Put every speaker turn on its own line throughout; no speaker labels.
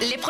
Les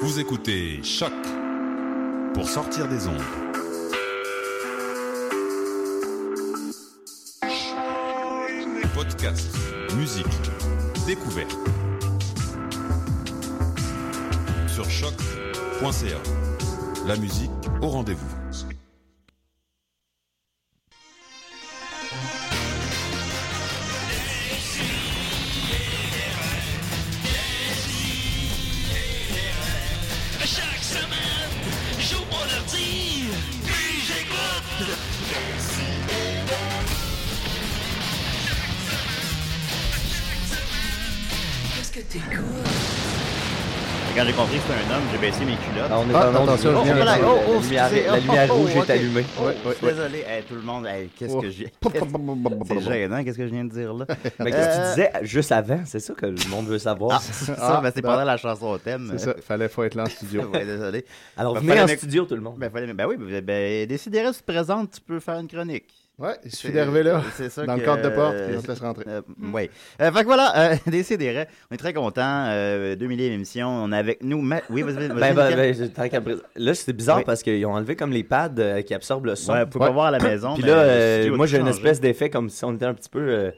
Vous écoutez Choc pour sortir des ondes. Podcast, musique, découverte. Sur choc.ca. La musique au rendez-vous.
Chaque semaine, j'ouvre mon ordi, puis j'écoute. Qu'est-ce que t'écoutes?
Quand j'ai compris que c'était un homme, j'ai baissé mes culottes.
Ah, on est Ah, dans- attention,
oh,
je viens de-
voilà, oh, oh,
la lumière-
excusez.
la lumière
Oh, oh,
rouge est
ok.
allumée.
Oh,
Ouais,
je suis
ouais,
Désolé, Eh, tout le monde, eh, qu'est-ce
Oh.
que j'ai. C'est gênant, qu'est-ce que je viens de dire là? Euh,
Mais qu'est-ce que tu disais
euh,
juste avant? C'est ça que le monde veut savoir. c'est ça,
Ah,
ben, c'est
ben.
pendant la chanson au thème.
C'est ça, fallait faut être là en studio.
ouais, désolé.
Alors,
Ben,
venez
fallait
en
me-
studio, tout le monde.
Ben, fallait... ben oui, ben, ben, décidérez, si tu te présentes, tu peux faire une chronique.
Ouais, il suffit
C'est-
d'arriver là,
c'est ça
dans le
que-
cadre de porte, et on te laisse rentrer.
Euh, oui. Euh, fait que voilà, euh, décidérez. On est très contents. Euh, 2 millième émission. On est avec nous. Ma- Oui, vas-y, vas-y.
Ben, ben,
Mickaël.
ben, je- tant qu'à présent- Là, c'est bizarre
Oui.
parce qu'ils ont enlevé comme les pads euh, qui absorbent le son.
Ouais, vous pouvez pas voir à la maison.
Puis
mais
là,
le
euh,
studio a
moi,
tout
j'ai une
changé.
espèce d'effet comme si on était un petit peu euh,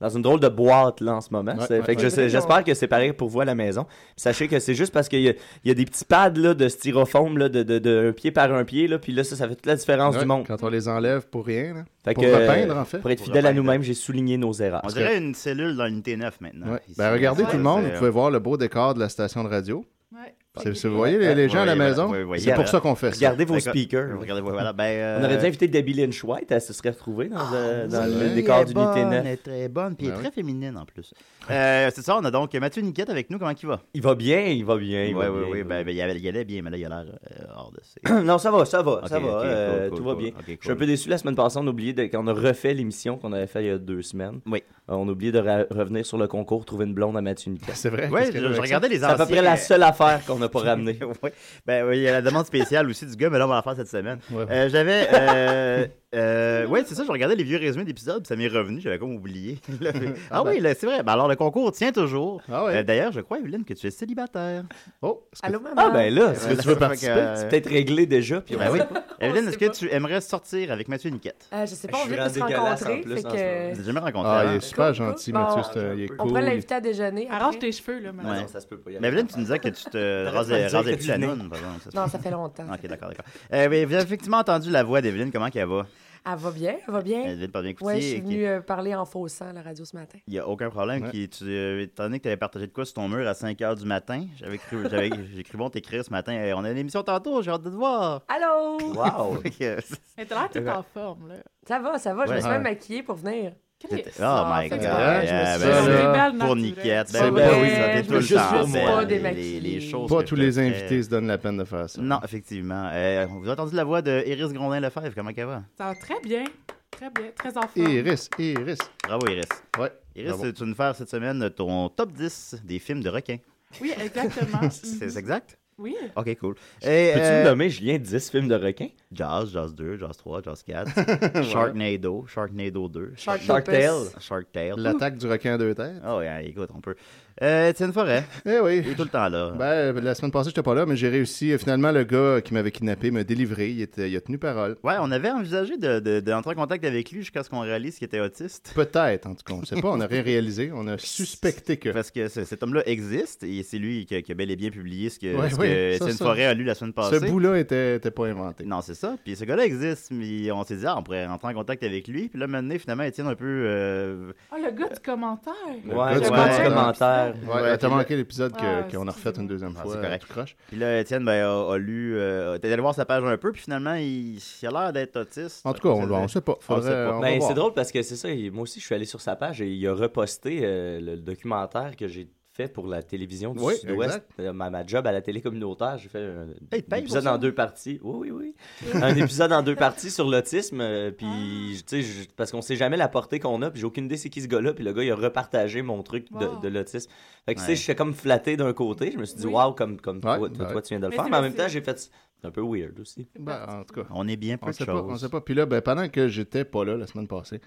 dans une drôle de boîte, là, en ce moment.
Ouais,
C'est-
ouais.
fait que je sais- j'espère que c'est pareil pour vous à la maison. Puis sachez que c'est juste parce qu'il y, a- il y a des petits pads, là, de styrofoam, là, de, de- de un pied par un pied, là. Puis là, ça, ça fait toute la différence
Ouais,
du monde.
Quand on les enlève pour rien, là.
Fait
pour
que, euh,
repeindre, en fait.
Pour être
Pour
fidèle à
repeindre.
nous-mêmes, j'ai souligné nos erreurs.
On dirait une cellule dans l'unité 9 maintenant.
Ouais.
Ici.
Ben, regardez
Ouais,
tout le monde,
Ah, c'est-
vous pouvez voir le beau décor de la station de radio.
Ouais.
C'est- c'est- Vous voyez les, les gens à la
Ouais, ouais,
maison?
ouais, ouais,
c'est pour
ouais.
ça qu'on fait ça.
Regardez vos
D'accord.
speakers.
Regardez, ouais, voilà. Ben, euh,
On aurait dû inviter Debbie Lynch White, elle se serait retrouvée dans, euh, dans
oui,
le
elle
décor
est
du
bonne,
Unité 9.
Elle est très bonne, puis elle est
Ben
très féminine en plus. Euh, c'est ça, on a donc Mathieu Niquette avec nous. Comment il va?
Il va bien, il va bien.
Oui,
il
oui,
va bien,
oui.
il va
Ben, ben, il allait- il allait bien, mais là, il a l'air euh, hors de ses.
bien. non, ça va, ça va, ça
Ok,
va.
ok,
euh,
cool,
tout va
cool, cool.
bien.
Ok,
Je suis un
cool.
peu déçu la semaine passée, on a oublié de, quand on a refait l'émission qu'on avait fait il y a deux semaines.
Oui.
euh, on a oublié de ra- revenir sur le concours Trouver une blonde à Mathieu Niquette.
C'est vrai?
Oui,
qu'est-ce
je,
qu'il y a
je
avec ça?
regardais les
C'est à
anciens.
peu près la seule affaire qu'on n'a pas ramenée.
Ouais. Ben, oui, il y a la demande spéciale aussi du gars, mais là, on va la faire cette semaine.
Ouais.
Euh, j'avais. Euh, euh, ouais, c'est ça, je regardais les vieux résumés d'épisodes, puis ça m'est revenu, j'avais comme oublié.
bah.
ah oui, là, c'est vrai. Ben, alors, le concours tient toujours.
Ah ouais.
Euh, D'ailleurs, je crois, Evelyne, que tu es célibataire.
Oh, est-ce que-
Allô, maman?
Ah ben là, c'est
Ouais,
c'est
ça fait que, euh,
c'est peut-être réglé déjà. Puis
Ben oui. Evelyne,
On
est-ce
sait
que
pas.
tu aimerais sortir avec Mathieu Niquette
Euh, je sais pas,
Je
on vient
suis
de se
en dégueulasse en
rencontrer.
plus
fait
en ce
Je
que...
l'ai jamais rencontré.
Ah, il
avant.
est super gentil,
Bon,
Mathieu. c'est, euh, il est
On
cool.
pourrait l'inviter à déjeuner.
Arrange
après.
tes cheveux, là, maintenant.
Ouais.
ça se peut pas. y
Mais
aller.
Evelyne, tu nous disais que tu te
Arrête de me
rasais,
dire
rasais
que
plus
tu
la
nez.
nonne, par exemple.
Non, ça fait longtemps.
Ok, d'accord, d'accord. Euh, mais vous avez effectivement entendu la voix d'Evelyne. Comment qu'elle va?
Elle va bien, elle va bien.
Evelyne, pas bien
Ouais, je suis
qui-
venue euh, parler en faussant à la radio ce matin.
Il n'y a aucun problème.
Ouais.
Qui, tu, euh, étant donné que tu avais partagé de quoi sur ton mur à 5 h du matin, j'avais cru, j'avais, j'ai cru bon t'écrire ce matin. Hey, on a une émission tantôt, j'ai hâte de te voir.
Allô?
Wow!
Fait que, c'est-
Mais T'as l'air tout en forme, là.
Ça va, ça va, je
Ouais.
me suis même maquillée pour venir.
c'était-
Chris,
oh my
fait
god.
que
bien, je me
Ah,
suis
ben,
dit,
c'est
là,
belle
pour
nature.
Niquette.
C'est
Ben,
bien,
ben oui,
oui,
ça fait
je
tout
me
le
suis
temps.
juste
belle.
pas
les,
démaquillée.
les choses.
Pas
que
tous
je
les
fais.
invités se donnent la peine de faire ça.
Non, effectivement. Euh, vous avez entendu la voix de Iris Grondin-Lefebvre. Comment elle va?
Ça va très bien. Très bien. Très en forme.
Iris, Iris.
Bravo, Iris.
Ouais.
Iris,
Bravo.
tu vas nous faire cette semaine ton top 10 des films de requins.
Oui, exactement.
C'est
Mhm.
exact?
Oui.
Ok, cool. Et,
Peux-tu
euh,
me nommer, Julien, 10 films de requins?
Jazz, Jazz 2, Jazz 3, Jazz 4, Sharknado, Sharknado 2,
Sharktopus.
Shark Tale.
Shark Tale.
L'attaque du requin à deux têtes.
Oh, ouais, écoute, on peut. Euh, Étienne Forêt,
Eh oui.
il est tout le temps là.
Ben, la semaine passée, j'étais pas là, mais j'ai réussi. Euh, Finalement, le gars qui m'avait kidnappé m'a délivré. Il, était, il a tenu parole.
Ouais, on avait envisagé d'entrer de, d'entrer en contact avec lui jusqu'à ce qu'on réalise qu'il était autiste.
Peut-être, en tout cas. On ne sait pas. On n'a rien réalisé. On a suspecté que.
Parce que ce- cet homme-là existe et c'est lui qui a, qui a bel et bien publié ce que,
Ouais,
ce
ouais, ça,
que Étienne
ça.
Forêt a lu la semaine passée.
Ce bout-là était, était pas inventé.
Non, c'est ça. Puis ce gars-là existe, mais on s'est dit, ah, on pourrait rentrer en contact avec lui. Puis là, maintenant, finalement, Étienne un peu. euh,
Ah, le gars du commentaire.
Ouais,
gars du
le gars du
commentaire.
commentaire.
Ouais,
Ouais,
t'as
puis
manqué l'épisode que-
Ah,
qu'on a refait une deuxième
Ah,
fois.
c'est
euh,
correct.
tout croche.
Puis là, Étienne ben, a, a lu. euh, T'es allé voir sa page un peu, puis finalement, il, il a l'air d'être autiste.
En tout cas, on ne sait pas. Faudrait-
sait pas.
on va
Ben, c'est
voir.
drôle parce que c'est ça, il- moi aussi je suis allé sur sa page et il a reposté euh, le, le documentaire que j'ai fait pour la télévision du
Oui,
Sud-Ouest. Euh, ma, ma job à la télé communautaire, j'ai fait un,
Hey, il te paye
un
pour
épisode
ça?
en deux parties. Oui, oui, oui. un épisode en deux parties sur l'autisme. euh,
Ah.
puis, tu sais, je- parce qu'on sait jamais la portée qu'on a, puis j'ai aucune idée c'est qui ce gars-là. Puis le gars, il a repartagé mon truc de,
Wow.
de l'autisme. Fait que, tu
Ouais.
sais, j'étais comme flatté d'un côté. Je me suis dit,
Oui.
waouh, comme, comme toi,
Ouais,
toi,
ouais.
toi, tu viens de le
Mais
faire.
c'est
Mais en
vrai,
même temps,
c'est-
j'ai fait. C'est un peu weird aussi.
Ben, en tout cas,
On est bien peu
on
de
sait pas. On
choses.
sait pas. Puis là, ben, pendant que j'étais pas là la semaine passée,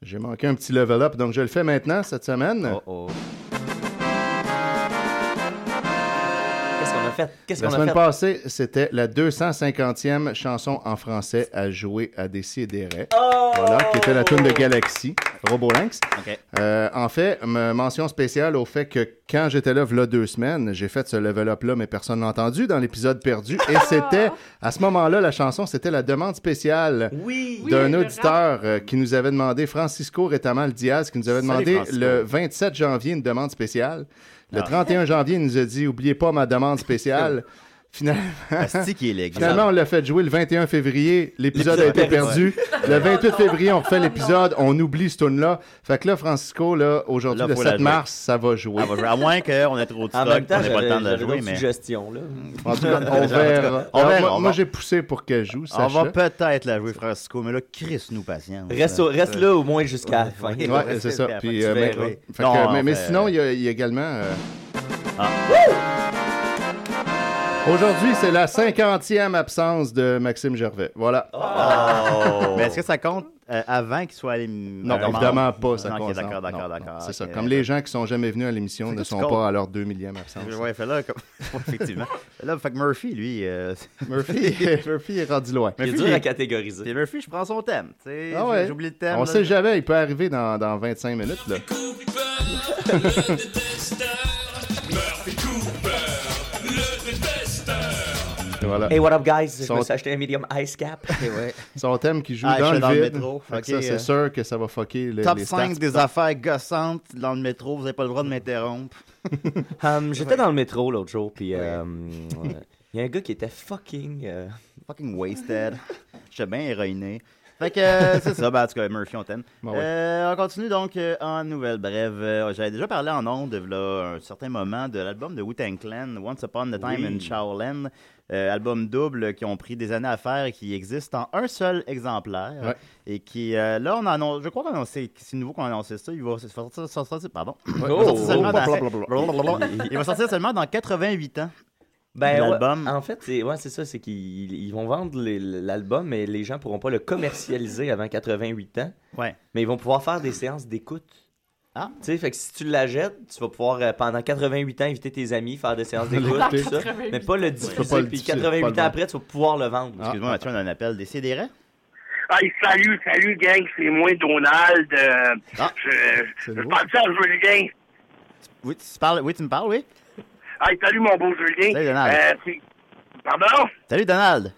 j'ai manqué un petit level up. Donc, je le fais maintenant cette semaine.
Oh, oh.
Qu'est-ce qu'on a fait? Qu'est-ce
La
qu'on a
semaine
fait?
passée, c'était la 250e chanson en français à jouer à Décideret.
Oh!
Voilà, qui était la tune de Galaxy, Robolinx.
OK.
Euh, en fait, m- mention spéciale au fait que quand j'étais là, v'là deux semaines, j'ai fait ce level up-là, mais personne n'a entendu dans l'épisode perdu. Et c'était, à ce moment-là, la chanson, c'était la demande spéciale
Oui!
Oui,
d'un
le
auditeur euh, qui nous avait demandé, Francisco Retamal Diaz, qui nous avait
Salut,
demandé
Francisco.
le 27 janvier une demande spéciale. Le
Ah.
31 janvier, il nous a dit, oubliez pas ma demande spéciale. Finalement,
Asti qui est légal.
Finalement, on l'a fait jouer le 21 février. L'épisode a
L'épisode
été
perdu.
perdu. Le 28 février, on refait l'épisode. On oublie ce tune-là. Fait que là, Francisco, là, aujourd'hui,
Là,
le
faut la
7
jouer.
mars, ça va jouer.
Ah, bah, À moins qu'on ait trop de
En
stock,
même
qu'on
temps,
n'ait pas le temps de la jouer, mais.
suggestion là.
En tout cas, on verra.
On
Alors,
verra,
moi,
on
moi,
va-
j'ai poussé pour qu'elle joue.
On va
sache-le.
peut-être la jouer, Francisco, mais là, Chris nous patiente.
Reste, au- reste là au moins jusqu'à la fin.
Ouais, c'est ça.
Après,
Puis,
tu
euh,
verras.
mais, fait
Non,
que,
on
mais, mais
fait-
sinon, il y, a- il y a également. euh,
Ah.
Aujourd'hui, c'est la 50e absence de Maxime Gervais. Voilà.
Ah,
Ah.
Mais est-ce que ça compte euh, avant qu'il soit allé.
Non, évidemment pas, ça
Non, ok,
compte.
d'accord,
Non,
d'accord,
non,
d'accord,
C'est ça.
ok.
Comme les gens qui sont jamais venus à l'émission
C'est
ne
quoi, tu
sont
comptes?
pas à leur 2 millième absence.
Ouais, fait là, comme... Ouais, effectivement. Fait là, fait que Murphy, lui. euh,
Murphy, Murphy est rendu loin.
C'est
Murphy,
dur
il-
à catégoriser.
c'est Murphy, je prends son thème. tu sais,
Ah ouais.
J'oublie le thème.
On
là.
sait jamais, il peut arriver dans, dans 25 minutes. Là.
Cooper, le détesteur. Murphy Cooper, le détesteur.
Voilà.
Hey, what up, guys? Je
Son-
me suis acheté un medium ice cap.
Son thème qui joue
Ah,
dans
je
le
suis dans le
vide.
métro.
Fait que
Ok,
ça,
euh,
c'est sûr que ça va fucker le-
Top
les
5
stats.
des affaires gossantes dans le métro, vous n'avez pas le droit de m'interrompre.
Hum, J'étais dans le métro l'autre jour, puis euh, euh, il y a un gars qui était fucking. euh,
Fucking wasted. J'étais bien héroïné. Fait que euh, c'est ça, ben, en tout cas, Murphy, on t'aime.
Ben ouais.
Euh, on continue donc euh, en nouvelle brève. Euh, J'avais déjà parlé en ondes, là, un certain moment, de l'album de Wu-Tang Clan, Once Upon a Time in Shaolin. Euh, album double qui ont pris des années à faire et qui existe en un seul exemplaire.
Ouais.
Et qui, euh, là, on annon- je crois qu'on a annoncé, c'est nouveau qu'on a annoncé ça, il va sortir, sortir- pardon. Il va
Oh!
sortir seulement dans-
Blablabla.
il va sortir seulement dans 88 ans.
Ben,
L'album.
ouais, en fait, c'est ouais, c'est ça, c'est qu'ils ils vont vendre les- l'album, mais les gens pourront pas le commercialiser avant 88 ans.
Ouais.
Mais ils vont pouvoir faire des séances d'écoute.
Ah.
Tu sais, fait que si tu la jettes, tu vas pouvoir euh, pendant 88 ans inviter tes amis, faire des séances d'écoute,
Dans
tout ça.
88
Mais pas le
peux pas
diffuser,
le
puis
diffuser,
88
pas
ans
le vendre.
après, tu vas pouvoir le vendre.
Excuse-moi, Mathieu, on a un appel. Décidérez.
Hey, salut, salut, gang, c'est moi, Donald. euh,
Ah.
je
C'est
je
drôle.
parle ça à Julien.
Oui, tu parles, oui, tu me parles, oui?
Hey, salut, mon beau Julien.
Salut, Donald.
Euh, c'est- Pardon?
Salut, Donald.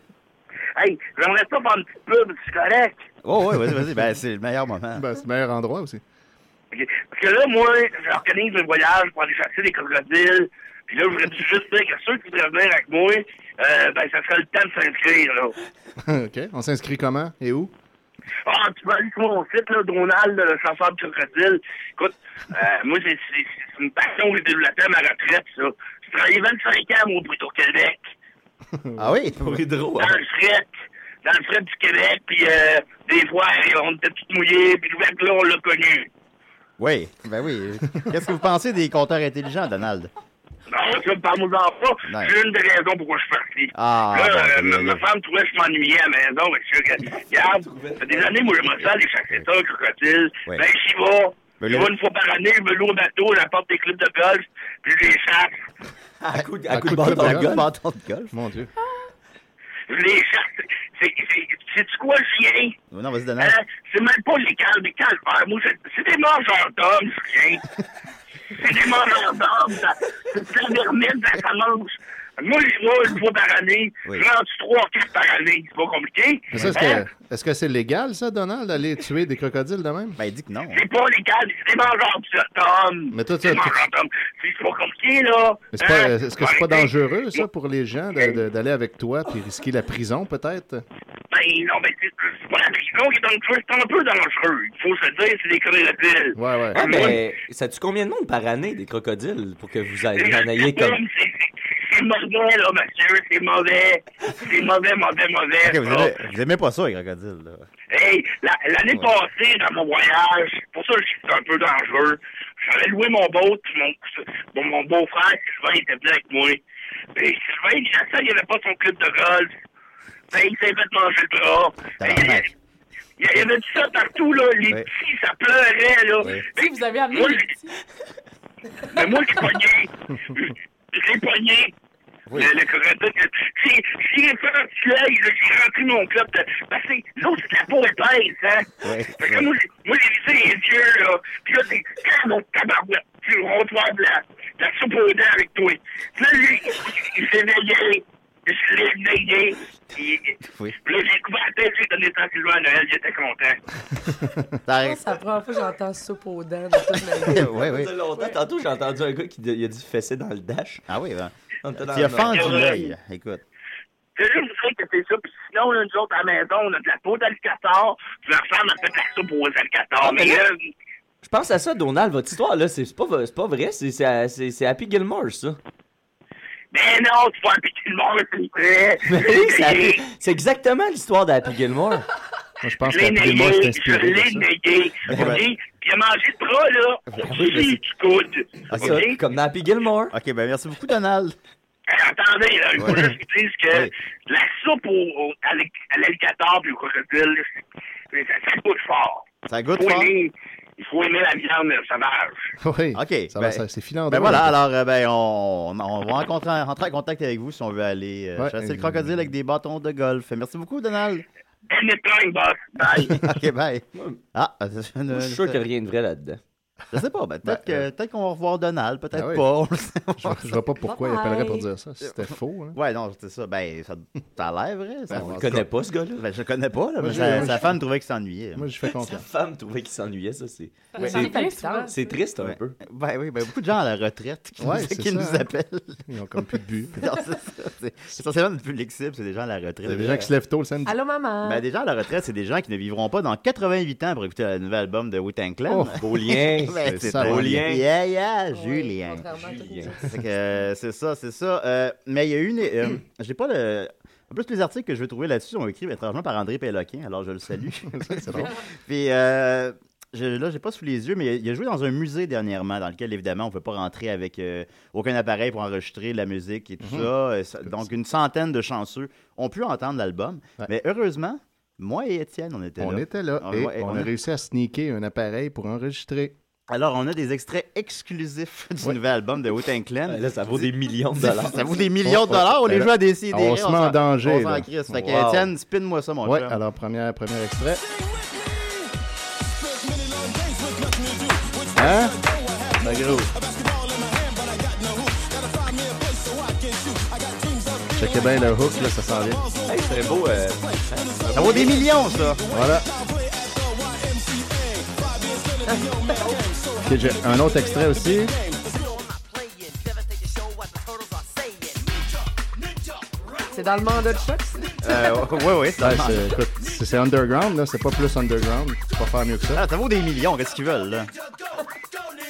Hey, j'aimerais ça faire une petite pub, c'est correct?
Oh, oui, vas-y, vas-y. Ben, c'est le meilleur moment.
Ben, c'est le meilleur endroit aussi.
Ok. Parce que là, moi, j'organise un voyage pour aller chasser des crocodiles. Puis là, je voudrais juste dire que ceux qui voudraient venir avec moi, euh, ben, ça serait le temps de s'inscrire, là.
OK. On s'inscrit comment et où?
Ah, tu vas aller sur mon site, là, Donald, le chasseur de crocodile. Écoute, euh, moi, c'est c'est- c'est une passion que j'ai développée à ma retraite, ça. J'ai travaillé 25 ans, moi, au Québec.
Ah oui? Pour
dans le fret, dans le fret du Québec, puis euh, des fois, on était tout mouillés, puis le mec, là, on l'a connu.
Oui, ben oui. Qu'est-ce que vous pensez des compteurs intelligents, Donald?
Non, ça, parle-moi-en pas.
Ouais.
C'est une des raisons pourquoi je suis parti.
Ah,
là,
bon,
euh,
c'est
ma,
bien,
ma
là.
femme trouvait que je m'ennuyais à la maison. Fait que je suis sûr que- regarde, ça fait des années, moi, je me sers des chasseurs, crocodiles.
Ouais.
Ben, j'y vais.
Ben,
Je
là-
vais une fois par année, je me loue au bateau, j'apporte des clubs de golf, puis je les chasse.
À coup de, à
À
coup de
coup de
bâton
bâton.
de golf.
euh, bâton de golf.
Mon Dieu.
Je les chasse. C'est- c'est- C'est-tu quoi, le chien?
Non, vas-y,
Hein?
Donald.
C'est même pas les calmes, les calvaires. Moi, c'est- c'est des mangeurs d'hommes, je viens. C'est des mangeurs d'hommes. ça- C'est de la vermine, ça, ça mange. Moi, je vois une fois par année.
Oui.
Je rentre trois, quatre par année. C'est pas compliqué.
Mais ça, est-ce
Ah!
Hein?
que- est-ce que c'est légal, ça, Donald, d'aller tuer des crocodiles de même?
Ben, il dit que non.
C'est pas les calmes, c'est des mangeurs d'hommes.
Mais toi, tu-
C'est des
tu-
mangeurs d'hommes. C'est c'est pas compliqué, là.
Mais c'est pas- euh,
Hein?
Est-ce que c'est pas
Arrêtez.
dangereux, ça, pour les gens, de- de- d'aller avec toi puis risquer la prison, peut-être?
Ben non, mais c'est c'est pas la prison qui est dangereuse. C'est un peu dangereux. Il faut se dire, c'est des crocodiles.
Ouais, ouais.
Ouais, mais ça tue combien de monde par année des crocodiles pour que vous ayez, en ayez comme.
C'est- c'est- C'est mauvais, là, monsieur. C'est mauvais. C'est mauvais, mauvais, mauvais.
Ok, vous,
ça.
aimez, vous aimez pas ça, les crocodiles, là.
Hey, la- l'année passée, dans mon voyage, pour ça, je suis un peu dangereux. J'avais loué mon boat, puis mon, mon, mon beau-frère, Sylvain, était venu avec moi. Et Sylvain, il chassait, il avait pas son club de golf. Ben, il s'est fait manger le bras. Ben, il y avait- il y avait du ça partout, là. Les
Oui.
petits, ça pleurait, là.
Oui.
Ben,
Si vous avez amené
moi,
les
j'ai-
petits.
mais moi, j'ai pogné. J'ai pogné. Le, le correcteur, j'ai j'ai fait un petit œil, là, j'ai rentré mon club de. Parce que l'autre, c'est de la peau épaisse, hein.
Ouais,
Fait que
ouais.
moi, j'ai- moi, j'ai vissé les yeux, là. Puis là, c'est quand mon tabarouette, tu reçois de la, de la soupe aux dents avec toi. Puis là, lui, il s'est veillé. Je l'ai veillé. Puis
Oui.
puis là, j'ai couvert la tête, j'ai donné ça à Sylvain à Noël, j'étais content.
Ça-
C'est la première fois que j'entends soupe aux dents de toute ma vie.
Ouais,
Ça
oui.
fait longtemps. Tantôt, j'ai entendu un gars qui de- il a dit fessé dans le dash.
Ah oui, ben.
On était dans
Tu as
le-
fendu
non.
l'œil. Écoute.
C'est juste vous dire que c'est ça. Puis sinon, là, nous autres, à la maison, on a de la peau d'alcator. Puis ma femme a fait de la soupe aux alcators. Mais là,
Je pense à ça, Donald, votre histoire, là, c'est c'est pas, c'est pas vrai, c'est- c'est c'est- c'est Happy Gilmore, ça.
ben non, tu vas appliquer le monde, c'est vrai.
Ben oui, c'est Happy-
Je
c'est exactement l'histoire d'Happy Gilmore.
Moi, je pense que
l'ai
la primo est
neigé, je
inspirée de
l'ai
ça.
neigé.
ben-
Puis puis il a mangé le bras, là.
oui, mais
Oui,
c'est-
du coude.
C'est
OK?
Ah, ça, comme dans Happy Gilmore.
Ok, ben merci beaucoup, Donald.
Alors, Euh, Attendez, là, il faut
Ouais.
juste que je dise que
Oui.
la soupe au, au- à l'al- à l'alligator puis au crocodile, c'est- ça, ça coûte fort.
Ça goûte
Il faut
fort.
aimer- il faut aimer la viande euh, sauvage.
Oui.
OK,
Ça
ben-
va, ça- c'est filant.
Ben
drôle.
voilà, alors euh, ben, on, on va rencontrer- rentrer en contact avec vous si on veut aller euh,
Ouais,
chasser le
euh,
crocodile avec des bâtons de golf. Merci beaucoup, Donald.
Anytime, boss. Bye.
OK, bye. Ah, euh,
Moi, Je suis sûr qu'il n'y a rien de vrai là-dedans.
Je sais pas, ben, peut-être que- peut-être qu'on va revoir Donald, peut-être
Ah euh, oui.
pas. on le sait pas.
Je vois- je vois pas pourquoi il
Bye-bye.
appellerait pour dire ça. si C'était faux. hein.
Ouais, non, c'est ça. Ben, ça, ça a l'air vrai. ça.
Ben, On
Ben, En
le
tout
connaît
cas,
pas, ce gars-là.
Ben, je le connais pas, là, mais
je-
sa,
moi,
sa
je-
femme trouvait que s'ennuyait.
Moi, je fais
Sa
confiance.
femme trouvait qu'il s'ennuyait, ça, c'est...
Ça
c'est
arrive
palpitant.
souvent,
C'est
ça.
triste un
Ouais.
peu.
Ben oui, ben, beaucoup de gens à la retraite qui,
Ouais,
nous-
c'est
qui
ça,
nous
hein.
appellent.
Ils ont comme plus de but.
Non, c'est ça. C'est essentiellement notre public cible, c'est des gens à la
Il y a
retraite.
des gens qui se lèvent tôt le samedi.
Allô, maman?
Ben, des gens à la retraite, c'est des gens qui ne vivront pas dans 88 ans pour écouter le nouvel album de Wu Tang Clan.
Oh,
Beau lien.
Ben,
c'est
c'est
ça,
un
mon
lien.
Yeah, yeah,
Oui,
Julien.
contrairement à tous les
Julien.
autres.
Fait que, euh, c'est ça, c'est ça. Euh, mais il y a eu une. euh, J'ai pas le. En plus, les articles que je veux trouver là-dessus sont écrits étrangement par André Péloquin, alors je le salue.
C'est drôle.
Puis euh, je, là, j'ai pas sous les yeux, mais il a joué dans un musée dernièrement, dans lequel évidemment on peut pas rentrer avec euh, aucun appareil pour enregistrer la musique et tout
Mhm.
ça. Et ça- Donc une centaine de chanceux ont pu entendre l'album,
Ouais.
mais heureusement, moi et Étienne, on était
On
là.
était là
Ah,
et
ouais,
on
on
a
est-
réussi à sneaker un appareil pour enregistrer.
Alors on a des extraits exclusifs du nouvel album de Wu Tang Clan.
Là, ça vaut des millions de dollars.
Ça vaut des millions de dollars, on les joue à des CDR.
Ben On se met en danger,
On s'en
là.
crisse. Fait que,
Wow.
Étienne, spin-moi ça, mon
Ouais,
chum.
alors premier, premier extrait. Hein?
Ça groove.
Checkez bien le hook, là, ça s'en vient.
Hey, c'est un beau... euh,
Ça vaut des millions, ça.
Voilà. Ok, j'ai un autre extrait aussi.
C'est dans le mandat de choc, ça?
Euh, ouais, ouais, ça
Ouais, c'est- écoute, c'est c'est underground, là, c'est pas plus underground. Tu peux faire mieux que ça.
Ah, ça vaut des millions, qu'est-ce qu'ils veulent, là?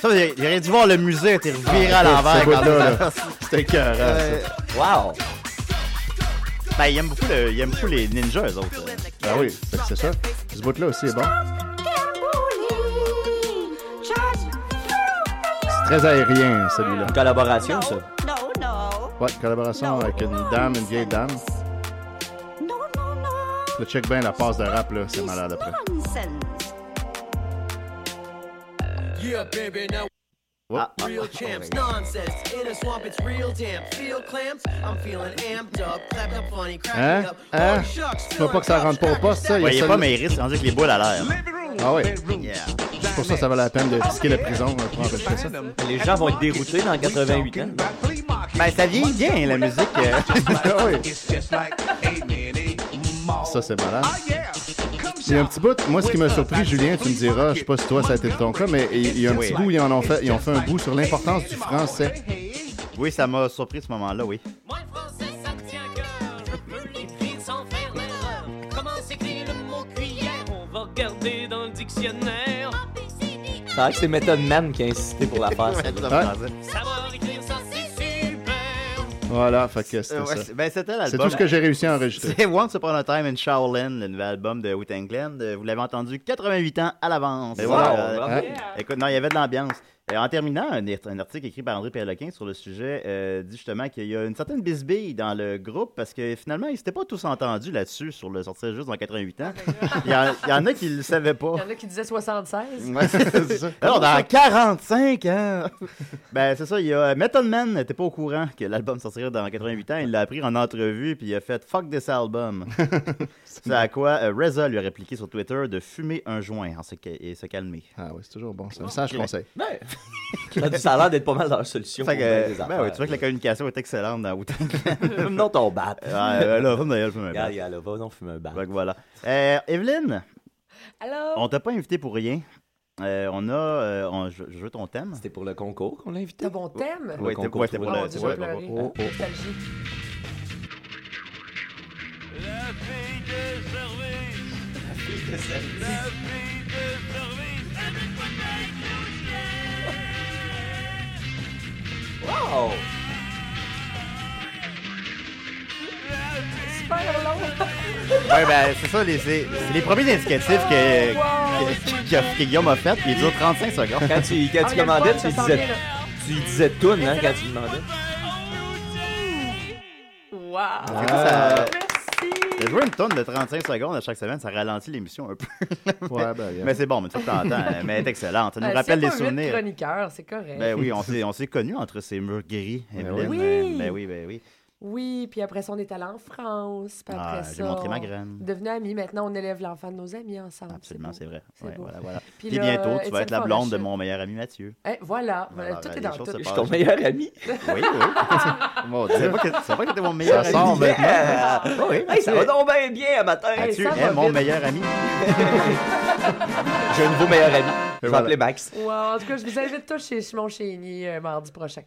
Ça, il il aurait dû voir le musée, t'es reviré
Ah,
à l'envers
c'est
quand
beau,
ça
là.
C'était écœurant,
ça.
Wow!
Ben, ils aiment beaucoup, le- ils aiment beaucoup les ninjas, eux autres. là.
Ah oui, fait que c'est ça. Ce bout-là aussi est bon. Très aérien, celui-là.
Une collaboration, ça.
No, no.
Ouais, collaboration avec une dame, une vieille dame.
No, no, no.
Le check bien la passe de rap, là, c'est
It's
malade après.
nonsense.
Yeah, baby, now
Oh.
real champs. Nonsense. In a swamp, it's real damp. Feel clamps. I'm feeling amped up. Clap up funny, cracking
Hein?
up.
Hein?
Oh, shucks.
Tu veux pas que ça rentre pas au poste, ça? Il y a
Voyez
seul-
pas, mais il risque rendu avec les boules à l'air.
Ah oui,
Yeah.
c'est pour ça que ça valait la peine de risquer la prison euh, pour enregistrer ça.
Les gens vont être déroutés dans 88 ans.
Ben, ça vieillit bien, la musique. euh.
Ah oui, ça c'est malade. Il y a un petit bout, moi ce qui m'a surpris, Julien, tu me diras, je sais pas si toi ça a été ton cas, mais il y a un petit
Oui.
bout, ils, en ont fait, ils ont fait un bout sur l'importance du français.
Oui, ça m'a surpris ce moment-là, oui.
Moi, le français, ça me tient à cœur. Je peux l'écrire sans faire d'erreur. Comment s'écrit le mot cuillère? On va regarder dans le dictionnaire.
C'est vrai que c'est Method Man qui a insisté pour la faire.
Ouais,
celle-là.
ça me faisait.
Savoir écrire ça, c'est super.
Voilà, fait que
Euh,
c'était
ouais,
ça.
c'est- Ben, c'était
C'est
l'album.
tout ce que j'ai réussi à enregistrer.
C'est Once Upon a Time in Shaolin, le nouvel album de Wu Glen. Euh, Vous l'avez entendu 88 ans à l'avance.
Et
Euh,
voilà.
euh,
Hein?
bravo.
Écoute, non, il y avait de l'ambiance. Euh, en terminant, un, art- un article écrit par André Perlequin sur le sujet euh, dit justement qu'il y a une certaine bisbille dans le groupe parce que finalement, ils s'étaient pas tous entendus là-dessus sur le sortir juste dans 88 ans. Il y, en, il y en a qui le savaient pas.
Ah, ben Il y en a qui disaient
Mm.
76.
C'est ça.
Alors, dans 45 ans! ben, c'est ça, il y a Method Man n'était pas au courant que l'album sortirait dans 88 ans. Il l'a appris en entrevue, puis il a fait Fuck this album. c'est à quoi euh, Reza lui a répliqué sur Twitter de fumer un joint en se ca- et se calmer.
Ah oui, c'est toujours bon, c'est un sage conseil.
Ça a du- ça a l'air d'être pas mal leur solution.
Fait
pour bien des
que, ben
affaires.
ouais, tu vois que la communication est excellente dans Wu-Tang.
Non, ton bat.
Ah, euh, là, fume d'ailleurs, fume un bat.
Regarde, regarde, là, va donc fumer un bat.
Fait que voilà. Euh, Evelyne,
Alors,
on t'a pas invité pour rien. Euh, on a. euh, on- je, je veux ton thème.
C'était pour le concours qu'on l'a invité.
t'as bon thème?
Ouais,
Oui,
concours
ouais, t'es pour
trouvé.
Oh,
le.
j'ai
ouais, bon,
pleuré.
bon.
Oh, oh.
Nostalgie. Euh,
La fille de service. La fille de service. Avec moi,
Wow!
Ouais, ben, c'est ça, les, c'est c'est les premiers indicatifs que, que, que- que Guillaume a fait, puis il dure 35 secondes.
Quand tu, quand
Ah,
tu
il y a le
commandais,
fun,
tu
ça
lui
sent
disais,
bien, là.
tu lui disais Toon, hein, quand tu lui demandais.
Wow!
Ça-
Merci!
de jouer une tonne de 35 secondes à chaque semaine, ça ralentit l'émission un peu.
Ouais, ben, yeah.
Mais c'est bon, mais tu t'entends, hein, mais elle est excellente. Ça nous
Euh,
rappelle
c'est
des
pas huit
souvenirs.
chroniqueurs, c'est correct.
Ben oui, on s'est, on s'est connus entre ces murs gris, Evelyne.
oui. Ah,
Ben, ben oui, ben oui.
Oui, puis après ça, on est allé en France. Puis après
Ah,
ça,
j'ai montré ma
on
graine.
est devenu amis. Maintenant, on élève l'enfant de nos amis ensemble.
Absolument, c'est
beau.
vrai.
C'est
Ouais,
beau.
voilà, voilà.
Puis
Puis,
là,
bientôt, tu vas être
Étienne
la blonde de
Formachev.
mon meilleur ami Mathieu.
Eh, voilà,
Voilà,
voilà, tout
ben,
est
les
dans
choses
tout.
se
Je suis ton meilleur ami.
Oui, oui.
Mon
C'est
Dieu.
pas que, c'est pas que t'es mon meilleur
Ça
ami.
sort maintenant.
Ah,
oui,
hey, ça va donc bien bien à matin.
Hey,
Mathieu
ça
est
va
mon
vite.
meilleur ami.
J'ai un nouveau meilleur ami. Je vais
voilà.
appeler Max.
Wow, en tout cas, je vous invite tous chez Simon Chénier euh, mardi prochain.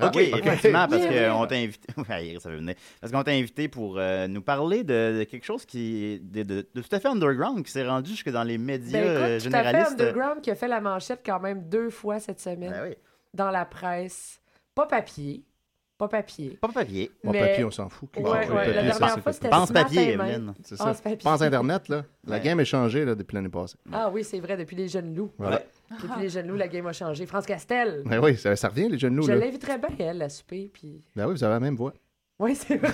Ah,
OK, effectivement, parce
Oui, oui.
qu'on t'a invité. Ouais, Iris, ça veut venir. Parce qu'on t'a invité pour euh, nous parler de, de quelque chose qui est de, de- de tout à fait underground qui s'est rendu jusque dans les médias
Ben écoute,
euh,
tout à fait
généralistes.
Underground qui a fait la manchette quand même deux fois cette semaine
Ben oui.
dans la presse. Pas papier, pas papier.
Pas papier.
Mon
Mais-
papier, on s'en fout.
Ouais,
Bon,
ouais,
le papier,
la
ça,
dernière fois,
c'est fait.
c'était
Pense
ce matin
papier,
même.
Evelyne.
C'est
Ah,
ça.
c'est papier.
Pense Internet, là. La
Ouais.
game est changée là, depuis l'année passée.
Mm.
Ah oui, c'est vrai, depuis les jeunes loups.
Voilà.
Depuis les jeunes loups, la game a changé. France Castel,
Mais Ben oui, ça, ça revient, les jeunes loups.
je
Là.
l'inviterais bien, elle, à souper. Puis...
Ben oui, vous avez la même voix.
Oui, c'est vrai.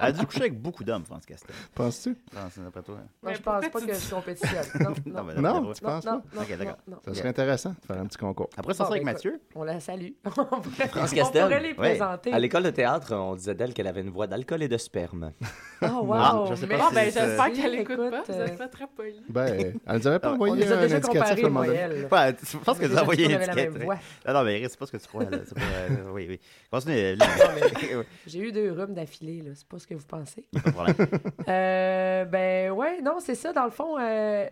Elle a dû coucher avec beaucoup d'hommes, France Castel.
Penses-tu?
France, d'après toi.
Non,
Mais
je pense
pourquoi
pas
tu
que
dis
je compétitionne. Non, non,
ben,
non,
d'après
Non,
toi.
tu
non,
penses
non,
pas?
non,
Ok, d'accord.
non, non.
Ça serait intéressant de faire un petit concours.
Après ça,
Bon,
c'est avec
ben,
Mathieu.
On la salue. On pourrait-
France
on
Castel.
pourrait les
Ouais.
présenter.
À l'école de théâtre, on disait d'elle qu'elle avait une voix d'alcool et de sperme.
Oh, wow.
Ah, je sais pas
merci.
Bon, ben,
euh,
c'est-
j'espère
c'est-
qu'elle écoute pas.
écoute,
Vous
euh,
êtes pas très poli.
Ben, elle nous avait pas
On
envoyé
nous a
un
déjà
indicatif
comparé,
à un moment
moi, et
donné.
elle.
Ouais, tu- je pense que tu as envoyé une
On avait la même
étiquette,
voix.
oui. Non, Ah non, mais Iris, c'est pas ce que tu crois. Là. C'est pas, euh, oui, oui. Continue, Evelyne.
J'ai eu deux rhumes d'affilée, là. C'est pas ce que vous pensez.
Pas de problème.
Euh, ben ouais, non, c'est ça. Dans le fond, euh,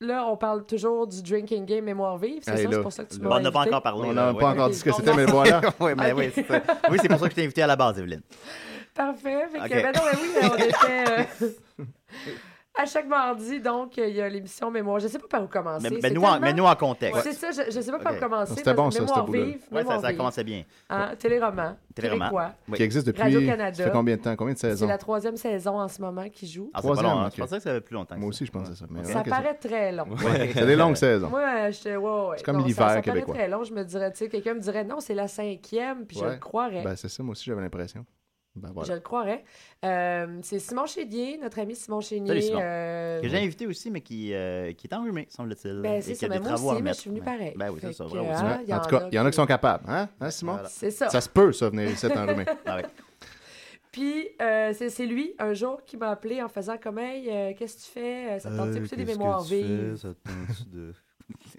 là, on parle toujours du drinking game mémoire vive. C'est ça,
Hey, là.
c'est pour ça que tu
Bon,
m'as
on n'a pas
invité.
encore parlé.
On
là,
n'a
ouais.
pas encore dit ce que
Ok.
c'était, mais voilà.
Ouais, mais oui, c'est ça. Oui, c'est pour ça que je t'ai invité à la base, Evelyne.
Parfait. Fait que,
Ok.
ben non, ben oui, on était... euh, À chaque mardi, donc, il y a l'émission Mémoire. Je sais pas par où commencer.
Mais- mais
C'est
nous en-
tellement-
mets-nous en contexte.
C'est ça, je, je sais pas par où
Ok.
commencer.
C'était bon,
parce que
ça,
Mémoire
ce bout-là.
vive,
Ouais, ça,
Mémoire
ça
vive.
commençait bien. Ah,
Hein, Téléroman.
Téléroman.
Québécois.
Oui.
Qui existe depuis.
Radio-Canada.
Ça fait combien de temps Combien de
C'est
saisons
la troisième saison en ce moment qui joue.
Ah, c'est pas
Troisième,
long, hein.
ok.
Je pensais que ça avait plus longtemps. que
Moi
ça.
aussi, je pensais ça. mais
Ça
ouais,
paraît très long.
qu'est-ce que- C'est des longues saisons.
Moi, euh, j'étais. Ouais, ouais.
C'est comme
Non, ça-
l'hiver
ça paraît
québécois.
très long. Je me dirais, tu sais, quelqu'un me dirait non, c'est la cinquième, puis je
Ouais.
le croirais.
Ben, c'est ça, moi aussi, j'avais l'impression. Ben,
Je
voilà.
le croirais. Euh, c'est Simon Chénier, notre ami Simon Chénier.
Salut, Simon.
euh,
Que j'ai invité aussi, mais qui, euh, qui est enrhumé, semble-t-il.
Ben,
et
c'est
qui
ça,
a
mais
des
moi
travaux à
aussi, mais je
remettre.
suis venue
Mais-
pareil.
Ben oui,
Fait
c'est ça,
que,
vrai aussi.
hein,
Ouais.
il y
en tout cas, il y en a qui sont capables. Hein, Hein, Simon
Voilà.
C'est ça.
Ça se peut, ça, venir ici, enrhumé.
Ah ouais.
Puis euh, c'est c'est lui, un jour, qui m'a appelé en faisant comme Hey, euh, qu'est-ce que tu fais Euh, Ça te tente d'écouter des mémoires vives.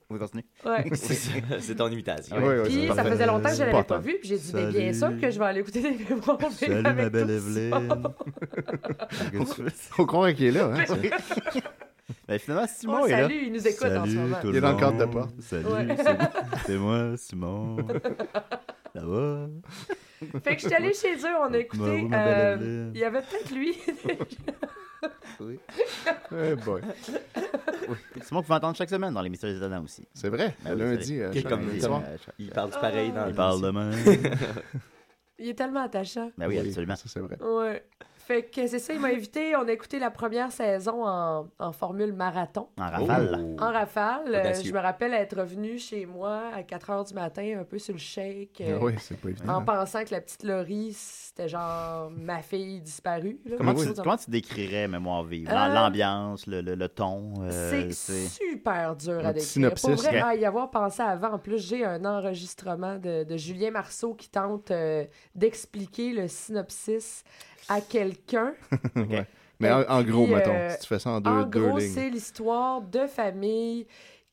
Oui, continue.
Ouais.
C'est ça, Ah. c'est ton
Ah
imitation.
Oui, oui,
Puis
c'est
ça
parfait.
faisait longtemps que je
C'est
ne
pas
l'avais pas
tant.
vu, puis j'ai dit, mais bien
Salut.
sûr que je vais aller écouter des mémoires vives.
Salut, ma
avec
belle
tout ça.
Evelyne. Qu'est-ce que tu fais?
Faut croire qu'il est là. Hein?
Ben, finalement,
On
Simon
le
est là.
salue, Oh, il nous écoute en ce moment.
tout
Il est dans le cadre de
monde.
porte.
Salut,
Ouais.
c'est- c'est moi, Simon. Ça va?
Fait que je suis allée chez eux, on a écouté.
oui, ma belle
euh,
Evelyne.
il y avait peut-être lui.
Eh boy.
Simon, vous pouvez entendre chaque semaine dans les Mystères des Étonnants aussi.
C'est vrai.
Ben oui,
le lundi,
c'est-
euh,
Qui est
chaque
comme-
lundi
Il-
soir.
euh, chaque-
Ah. Il parle pareil dans
Il parle demain.
il est tellement attachant.
Ben oui, absolument.
Ça, c'est vrai.
Ouais. Fait que c'est ça, il m'a invité. On a écouté la première saison en, en formule marathon.
Oh.
En rafale.
Oh. Ah.
En rafale, euh,
Audacieux.
je me rappelle être revenue chez moi à 4 h du matin, un peu sur le shake, euh,
Ah Oui, c'est pas évident.
en pensant que la petite Laurie, c'était genre ma fille disparue. là.
Comment,
Quelque
tu,
chose en-
comment tu décrirais Mémoire vive?
Euh,
L'am- L'ambiance, le, le- le ton. euh,
C'est super dur
Un
à
petit
décrire.
synopsis,
Pour vrai,
là.
à y avoir pensé avant, en plus, j'ai un enregistrement de, de Julien Marceau qui tente euh, d'expliquer le synopsis à quelqu'un.
Ouais. Mais en, en
Puis,
gros, mettons,
euh,
si tu fais ça en deux,
En
deux
gros,
lignes.
c'est l'histoire de familles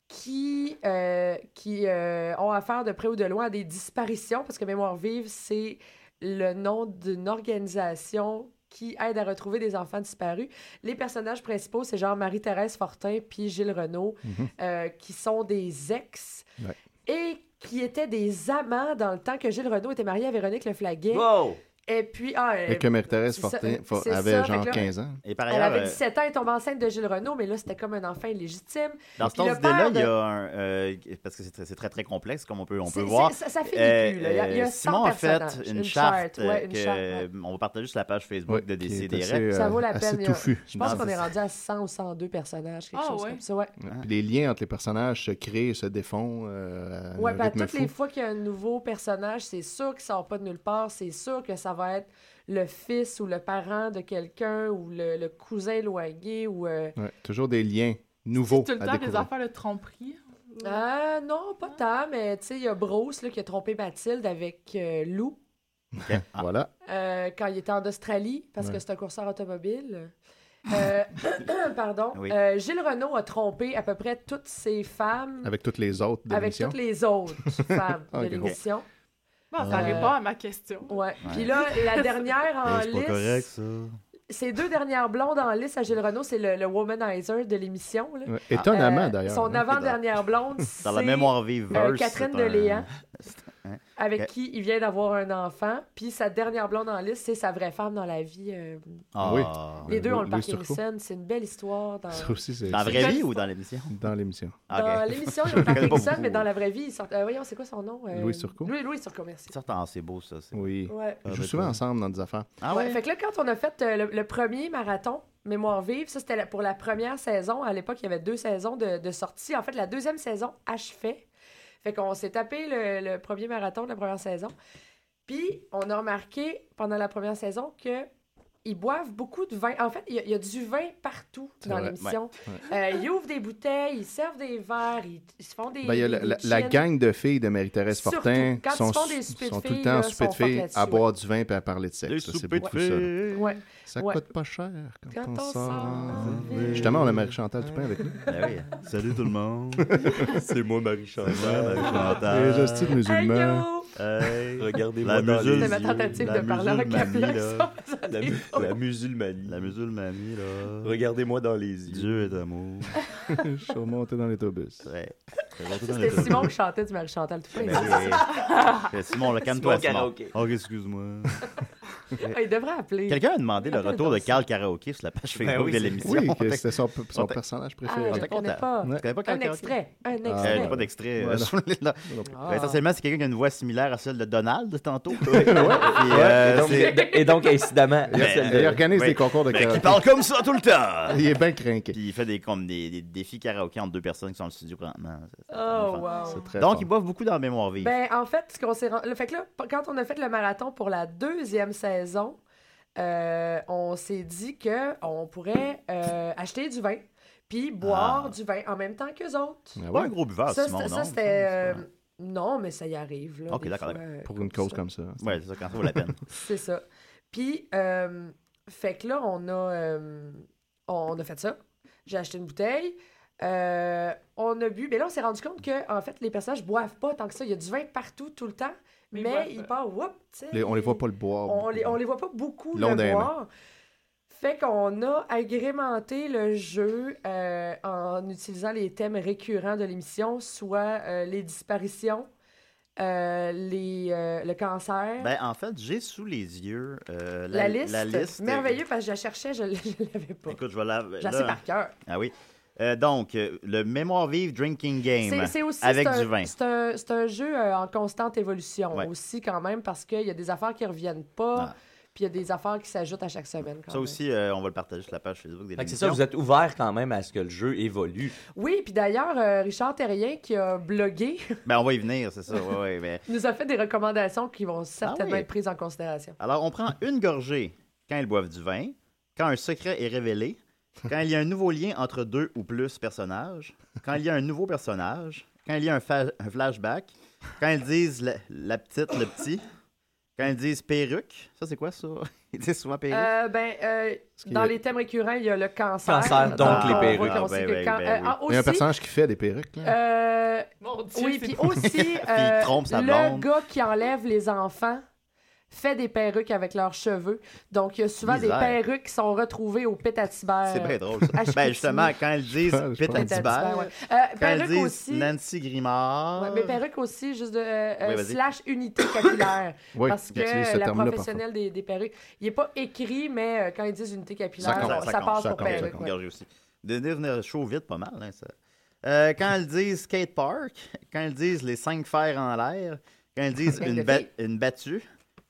qui, euh, qui euh, ont affaire de près ou de loin à des disparitions, parce que Mémoire vive, c'est le nom d'une organisation qui aide à retrouver des enfants disparus. Les personnages principaux, c'est genre Marie-Thérèse Fortin puis Gilles Renault,
Mhm.
euh, qui sont des ex
Ouais.
et qui étaient des amants dans le temps que Gilles Renault était marié à Véronique Le Flaguet.
Wow!
Et puis, ah, euh,
Et que Marie-Thérèse
c'est
Fortin
ça,
fo-
c'est
avait
ça, fait
genre
que là-
15 ans.
c'est- Et par
elle
ailleurs,
avait
euh,
17 ans, elle tombe enceinte de Gilles Renault, mais là, c'était comme un enfant illégitime.
dans
puis
cette
le père
idée-là, il y
de-
a un. euh, parce que c'est très, c'est très, très complexe, comme on peut, on
C'est-
peut
c'est-
voir.
Ça, ça fait
Euh,
plus, là. Il y a, il y a
euh,
100
Simon a fait
personnages.
une, charte euh,
ouais, une
que-
charte, ouais.
on va partager sur la page Facebook
Ouais,
de
qui est
Décider.
assez, euh,
Ça vaut la
assez
peine. il y a-
touffu.
Je pense
Non,
qu'on
c'est
est
ça.
rendu à 100 ou 102 personnages, quelque
Ah,
chose
ouais.
comme ça. Ouais,
Puis les liens entre les personnages se créent, se défont. Euh, à
ouais
un
puis à
rythme
toutes les
fou.
fois qu'il y a un nouveau personnage, c'est sûr qu'il sort pas de nulle part. C'est sûr que ça va être le fils ou le parent de quelqu'un ou le, le cousin éloigné ou. euh,
Ouais, toujours des liens
Oh,
nouveaux.
Tout le
à
temps, les
découvrir.
affaires de tromperie.
Ah, non, pas tant, mais tu sais, il y a Bruce là, qui a trompé Mathilde avec euh, Lou.
Ah.
Voilà.
euh, quand il était en Australie, parce
Ouais.
que c'est un courseur automobile. Euh, pardon.
Oui.
Euh, Gilles Renault a trompé à peu près toutes ses femmes avec,
Avec toutes les autres de l'émission.
toutes les autres femmes
Ok.
de l'émission.
Bon, ça
Euh,
répond à ma question.
Ouais. Puis là, la dernière en
C'est pas correct,
liste,
ça.
ces deux dernières blondes en liste à Gilles Renault, c'est le, le womanizer de l'émission. là.
Ah.
Ouais. Étonnamment,
Euh,
d'ailleurs.
Son
hein.
avant-dernière blonde,
Dans la
c'est-
mémoire vive.
euh,
verse,
Catherine
c'est un-
Deléant.
Hein?
avec
Ok.
qui il vient d'avoir un enfant. Puis sa dernière blonde en liste, c'est sa vraie femme dans la vie. euh,
Ah.
Oui.
Les deux ont le
Louis
Parkinson. C'est une belle histoire. Dans,
Ça aussi, c'est
Dans la
c'est
vraie vie ou dans l'émission?
dans l'émission.
Ah, ok.
dans l'émission, ils ont le
connais pas
Parkinson,
beaucoup.
mais dans la vraie vie, ils sortent. euh, voyons, c'est quoi son nom euh,
Louis Turcot.
Louis, Louis Turcot, merci.
Certains, ah, c'est beau, ça. c'est-
Oui.
Ouais.
Ils
Ah,
jouent
ben,
souvent
toi.
ensemble dans des affaires.
Ah
Ouais,
ouais?
Fait que là, quand on a fait euh, le, le premier marathon Mémoire vive, ça c'était la- pour la première saison. À l'époque, il y avait deux saisons de, de sortie. En fait, la deuxième saison achevait. Fait qu'on s'est tapé le, le premier marathon de la première saison. Puis, on a remarqué pendant la première saison que ils boivent beaucoup de vin. En fait, il y, a- il y a du vin partout
C'est
dans
vrai,
l'émission. Euh, ils ouvrent des bouteilles, ils servent des verres, ils, ils se font des.
Ben, il y a
des-
la,
des
la- la
gins.
gang de filles de Marie-Thérèse
Surtout
Fortin
quand ils
sont,
font des soupers de
sont tout le
filles,
temps
là,
soupers de
sont fortes
filles
là-dessus,
à
ouais.
boire du vin et à parler de
Des
sexe. là, C'est
soupers de
beaucoup ça. là.
filles.
Ouais.
Ça
Ouais.
coûte pas cher quand,
Quand
on,
on
sort.
sort en ville.
Justement, on a Marie-Chantal Dupin avec nous.
Ben oui. Salut tout le monde.
C'est moi, Marie-Charles.
Les hosties de musulmans.
Allô?
Hey.
Regardez-moi
La
dans les
musul-
C'était
yeux.
ma tentative
La
de parler avec la
musulmanie, là.
La, mu- la musulmanie.
La musulmanie, là.
Regardez-moi dans les yeux.
Dieu est amour.
oh.
Je suis remonté dans l'autobus.
Ouais.
C'était Simon qui chantait du Marie Chantal tout
Ben oui. Simon, le calme-toi,
Simon
Simon.
karaoké.
Oh, excuse-moi.
Ah, il devrait appeler.
Quelqu'un a demandé le
Appelle
retour de
donc.
Carl Karaoke sur la page Facebook
Ben oui,
de
c'est-
l'émission.
Oui, que c'était son, son
on t'a-
personnage
Ah,
préféré.
je
J'étais
connais
content.
pas.
Tu connais pas Carl
Un
Karaoke?
extrait. Un
Ah,
Euh,
extrait.
j'ai pas d'extrait. euh,
Ouais, non.
sur les- non.
Ah.
Essentiellement, c'est quelqu'un qui a une voix similaire à celle de Donald, tantôt.
Et,
Puis, euh,
euh,
c'est-
c'est- et donc, incidemment,
Il,
celle de-
il organise
oui.
des concours de
euh, Ben, qui
karaoké.
parle comme ça tout le temps.
Il est bien craqué.
Puis il fait des, comme des, des défis karaoké entre deux personnes qui sont dans le studio présentement. C'est- c'est
Oh,
vraiment fun.
wow.
C'est très
Donc,
fort.
ils boivent beaucoup dans la mémoire vive.
Ben, en fait, ce qu'on s'est rend- le fait que là, p- quand on a fait le marathon pour la deuxième saison, euh, on s'est dit que on pourrait euh, acheter du vin puis boire
Ah.
du vin en même temps qu'eux autres.
Ah
pas
ouais,
un gros buveur,
ça,
Simon,
c'était-
non?
ça, c'était. euh, non, mais ça y arrive. Là,
Ok,
des
d'accord,
fois, euh,
pour une cause comme ça.
Ouais, c'est ça, quand ça vaut la peine.
C'est ça. Puis, euh, fait que là, on a, euh, on a fait ça. J'ai acheté une bouteille. Euh, on a bu. Mais là, on s'est rendu compte que, en fait, les personnages boivent pas tant que ça. Il y a du vin partout, tout le temps.
Mais
Mais,
ils boivent
ils
pas.
partent, whoop, tu sais.
Les- on les voit pas le boire.
On les, on les voit pas beaucoup
Long d'un
le boire. Fait qu'on a agrémenté le jeu euh, en utilisant les thèmes récurrents de l'émission, soit euh, les disparitions, euh, les, euh, le cancer.
Ben, en fait, j'ai sous les yeux euh,
La, liste,
La liste.
merveilleux parce que je la cherchais, je l- je l'avais pas.
Écoute, je vais la.
Je la
là,
sais par cœur.
Ah oui. Euh, donc, euh, le Mémoire vive Drinking
C'est
Game.
c'est aussi
avec
c'est un-
du vin.
C'est un, c'est un jeu euh, en constante évolution
Ouais.
aussi quand même parce qu'il y a des affaires qui reviennent pas,
Ah.
puis il y a des affaires qui s'ajoutent à chaque semaine. quand
Ça
même.
aussi, euh, on va le partager sur la page Facebook des
Fait que c'est ça, vous êtes ouvert quand même à ce que le jeu évolue.
Oui, puis d'ailleurs euh, Richard Terrien qui a blogué
Ben, on va y venir, c'est ça. ouais, ouais, ben.
nous a fait des recommandations qui vont certainement
Ah oui.
être prises en considération.
Alors, on prend une gorgée quand ils boivent du vin, quand un secret est révélé, quand il y a un nouveau lien entre deux ou plus personnages, quand il y a un nouveau personnage, quand il y a un, fa- un flashback, quand ils disent la, la petite, le petit, quand ils disent perruque. Ça, c'est quoi ça? Ils disent souvent perruque.
Euh, ben, euh,
qu'il
dans
y a-
les thèmes récurrents, il y a le cancer.
Cancer, donc
on
les
voit
perruques.
qu'on
Ah,
sait
ben,
que
ben,
quand-
ben,
euh, ah,
Il y a un
aussi,
personnage qui fait des perruques. Là.
euh,
Mon Dieu,
Oui,
c'est
puis
bon.
aussi,
il
euh,
trompe sa
le
blonde.
gars qui enlève les enfants fait des perruques avec leurs cheveux. Donc, il y a souvent
Misère.
des perruques qui sont retrouvées au Pétatibert.
c'est bien drôle, ça.
Ashkenazi.
ben, justement, quand ils disent
Je pense.
Pete and
Pétatibert,
Tibère,
ouais. Euh,
quand ils
perruques
disent
aussi.
Nancy Grimard.
Ouais, mais perruques aussi, juste de, euh,
Oui,
euh,
vas-y.
slash unité capillaire.
Oui,
parce que
j'utilise ce
la
terme-là
professionnelle des, des perruques, il n'est pas écrit, mais euh, quand ils disent unité capillaire,
Ça compte,
on-
ça
ça,
compte,
passe
ça
pour
compte, ça
perruque.
compte.
ouais.
Gorgée aussi. Devenir chaud vite, pas mal. hein, ça. Euh, quand elles disent skatepark, quand elles disent les cinq fers en l'air, quand elles disent
Avec
une,
le
ba-
thé.
une battue,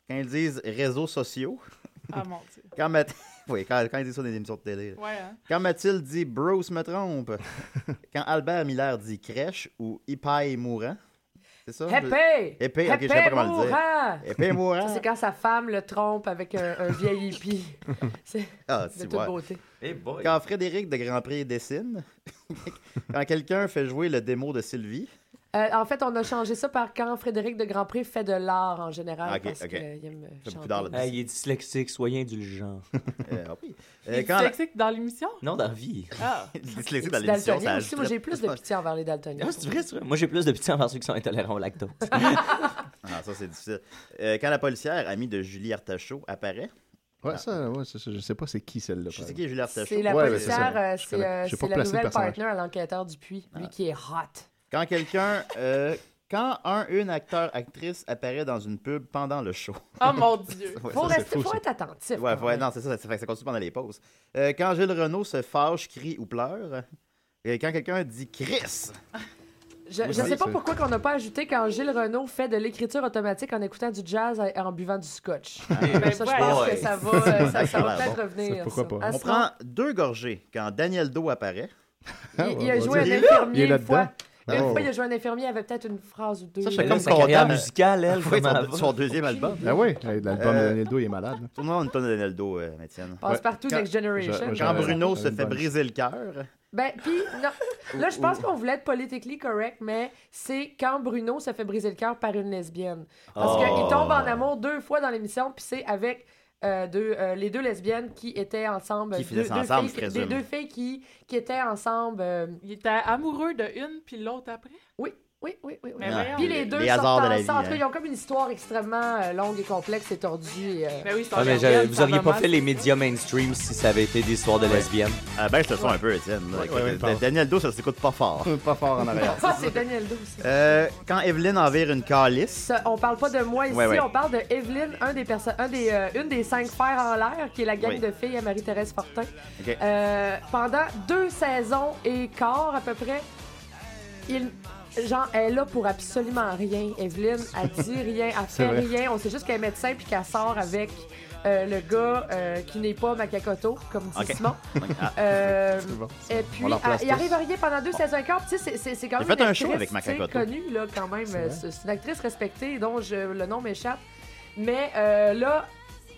quand elles disent réseaux sociaux,
Ah mon Dieu.
quand, Math- oui, quand, quand ils disent ça dans des émissions de télé. là.
Ouais, hein.
Quand Mathilde dit Bruce me trompe, quand Albert Miller dit crèche ou hippie mourant, c'est ça?
Épée!
Épée, ok, je savais pas comment le dire.
mourant!
Hippie
Ça,
mourant!
c'est quand sa femme le trompe avec un, un vieil hippie. C'est
Ah,
de
tu
toute
vois.
beauté.
Eh boy.
Quand Frédéric de Grand Prix dessine, quand quelqu'un fait jouer le démo de Sylvie,
Euh, en fait, on a changé ça par quand Frédéric de Grandpré fait de l'art en général.
Ah, ok,
parce
ok.
qu'il euh, aime
Fait beaucoup
chanter.
d'art là-dedans.
Hey, il est dyslexique, soyez indulgent.
euh, ah oui. Euh,
Et
quand-
dyslexique dans l'émission?
Non, dans la vie.
Ah.
Dyslexique
Les
dans
petits
l'émission,
daltoniens
ça
aussi. Moi, j'ai plus de pitié envers les daltoniens.
Ah, c'est vrai, ça? Moi, j'ai plus de pitié envers ceux qui sont intolérants au lactose.
Ah, ça, c'est difficile. Euh, quand la policière, amie de Julie Artachot, apparaît,
Ouais, ça, ouais, ça, ça, je sais pas c'est qui celle-là.
je
par
sais qui est Julie Artachot.
C'est la
Ouais, ben, c'est ça.
policière, euh,
Je
c'est
connais.
euh,
J'ai
c'est
pas
la
placé Ah. le
nouvelle
personnage.
partenaire à l'enquêteur Dupuis, lui qui est hot.
Quand quelqu'un. euh, quand un, une acteur, actrice apparaît dans une pub pendant le show.
Oh mon Dieu.
Ouais,
Faut,
ça, c'est-
rester,
fou,
faut
ça.
être attentif.
Ouais,
quand
ouais,
même.
non, c'est ça, ça, fait que ça continue pendant les pauses. Euh, quand Gilles Renault se fâche, crie ou pleure. Et quand quelqu'un dit Chris,
Je, je
Oui,
sais
c'est-
pas pourquoi qu'on n'a pas ajouté quand Gilles Renault fait de l'écriture automatique en écoutant du jazz et en buvant du scotch.
Ben
ça, je
ouais.
pense
boy.
que ça va, euh, ça, ça
Ah,
va peut-être
bon.
revenir.
Ah. Ça, pourquoi
ça.
pas.
À
on
ce moment-
prend deux gorgées quand Daniel Do apparaît.
Il, il a
Ouais,
joué
ouais.
un
Il est là.
Il
infirmier
est
une fois.
là-dedans.
Une
Oh.
fois, il a joué un infirmier, il avait peut-être une phrase ou deux.
Ça, je
Mais
fais
là,
comme
sa carrière
content.
musicale, elle,
Faut
comment
être
elle
son,
va?
son deuxième album.
Ah ouais, hey, l'album
Euh,
de Daniel Do, il est malade. là.
Tournons une tonne de Daniel Do, euh, Étienne.
Passe partout
Quand-
Next Generation.
je- je-
Quand
J'avais-
Bruno
j'avais
se
une
fait
bonne.
briser le cœur.
Ben, puis, non. Là, je pense qu'on voulait être politically correct, mais c'est quand Bruno se fait briser le cœur par une lesbienne. Parce
Oh.
qu'il tombe en amour deux fois dans l'émission, puis c'est avec euh, deux, euh, les deux lesbiennes qui étaient ensemble.
Qui
deux-
finissaient
deux filles
ensemble, je
qui-
présume.
des deux filles qui, qui étaient ensemble. euh,
Il était amoureux de une puis l'autre après?
oui, Oui, oui, oui. oui.
Mais voyons.
Puis les deux
Ah. Les
sortent
hasards de la
ensemble.
vie,
En tout
hein.
cas, ils ont comme une histoire extrêmement euh, longue et complexe et tordue. et, euh,
Ben oui, c'est
Ah,
en
mais
Gabriel,
j'avais- vous
sa
auriez pas
maman,
fait les médias mainstream si ça avait été des histoires de lesbiennes.
Ah ben, je te sens un peu, Étienne. là.
Ouais, ouais, ouais,
Da-
pardon.
Daniel Do, ça s'écoute pas fort.
Pas fort en arrière.
Ah, c'est Daniel Doux. aussi.
Euh, quand Evelyne envire une calice,
Ça, on parle pas de moi ici,
Ouais, ouais.
on parle de Evelyne, un des perso- un des, euh, une des cinq fers en l'air, qui est la gang
Oui.
de filles à Marie-Thérèse Fortin.
Ok.
Euh, pendant deux saisons et quart à peu près, il, genre, elle est là pour absolument rien. Evelyne, elle dit rien, elle fait
vrai.
rien. On sait juste qu'elle est médecin puis qu'elle sort avec euh, le gars euh, qui n'est pas Macacoto, comme dit
Ok.
Simon.
Ah.
Euh,
C'est bon.
et puis,
On leur place
à- il
tous.
arrive à rien pendant deux saisons et quart. Puis, tu sais, c'est- c'est c'est quand
J'ai
même
fait
une
un show
actrice,
avec Maca
tu sais,
Cotto.
connue, là, quand même.
vrai.
C'est c'est une actrice respectée, dont je- le nom m'échappe. Mais euh, là,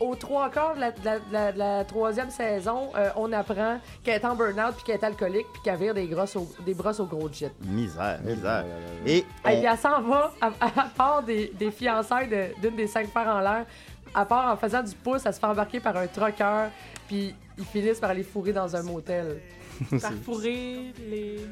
au trois quarts de la, de la- de la- de la troisième saison, euh, on apprend qu'elle est en burn-out, puis qu'elle est alcoolique, puis qu'elle vire des, grosses au- des brosses au gros jet.
misère,
Eh,
misère.
là, là, là, là.
Et
Et puis
on-
elle s'en va, à, à part des, des fiançailles de- d'une des cinq fers en l'air, à part en faisant du pouce, elle se fait embarquer par un troqueur, puis ils finissent par les fourrer dans un motel.
Parcourir les...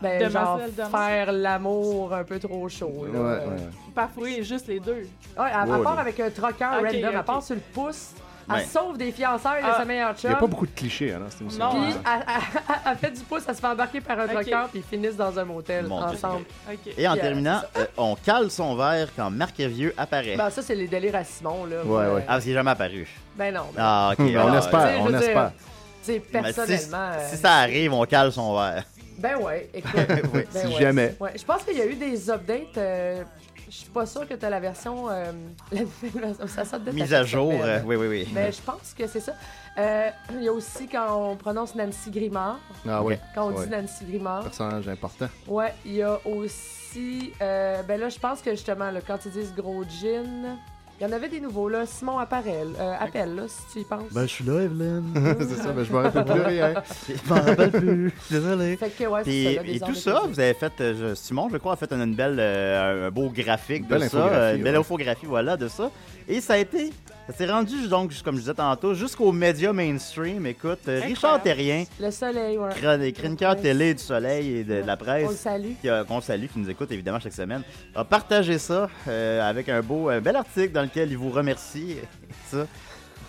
Ben,
De
genre,
Marcel Demas.
faire l'amour un peu trop chaud.
Ouais,
Là.
ouais.
Ouais,
Parcourir juste les deux.
à, à
Ouais,
part
là.
avec un troqueur
Ok,
random, à
ok.
part sur le pouce, elle
Ouais.
sauve des fiançailles de
Ah.
sa meilleure
Il
chum.
n'y a pas beaucoup de clichés hein, dans cette émission.
Non.
Puis,
Ouais.
elle, elle- elle fait du pouce, elle se fait embarquer par un
Ok.
troqueur, puis ils finissent dans un motel
Mon Dieu,
ensemble.
OK.
Et en
Puis, euh,
terminant, euh, on cale son verre quand Marc Vieux apparaît.
Ben, ça, c'est les délires à Simon, là. Euh,
Ouais, ouais.
Ah, parce qu'il n'est jamais apparu.
Ben non. ben-
Ah, ok.
Ben, on
ah,
Tu
espère,
sais, je
on
veux dire,
espère.
tu sais,
Mais si-
personnellement. euh,
Si, ça arrive, on cale son verre.
Ben ouais, écoute.
Oui,
ben
si
ouais.
jamais.
Ouais, je pense qu'il y a eu des updates. euh, je suis pas sûre que t'as la version. euh, la nouvelle version. Ça sort de ta
Mise à
chaque
jour,
semaine.
euh, oui, oui, oui.
Mais Ben, je pense que c'est ça. Euh, Il y a aussi quand on prononce Nancy Grimard.
Ah oui.
Quand on
Ouais.
dit Nancy Grimard.
Personnage important.
Ouais, il y a aussi. euh, ben là, je pense que justement, là, quand ils disent gros gin. Il y en avait des nouveaux, là. Simon Apparel, euh, appelle, là, si tu y penses.
Ben,
je suis là, Evelyne.
c'est ça, ben, je me rappelle plus de rien.
Je m'en rappelle plus. Désolé.
fait que, ouais, c'est
Et,
ça, là, des
et tout
armes
ça,
de
vous avez fait, euh, je- Simon, je crois, a fait une belle, euh, un beau graphique de
Belle
ça,
infographie,
euh, une belle
ouais.
infographie, voilà, de ça. Et ça a été, ça s'est rendu donc, jus- comme je disais tantôt, jusqu'aux médias mainstream. Écoute, euh,
Incroyable.
Richard Terrien,
Le soleil, ouais.
chroni- chroniqueur
Ouais.
télé du Soleil et de, de
On
la
le
presse,
salue.
qui a- qu'on salue, qui nous écoute évidemment chaque semaine, a partagé ça euh, avec un beau, un bel article dans lequel il vous remercie. Ça,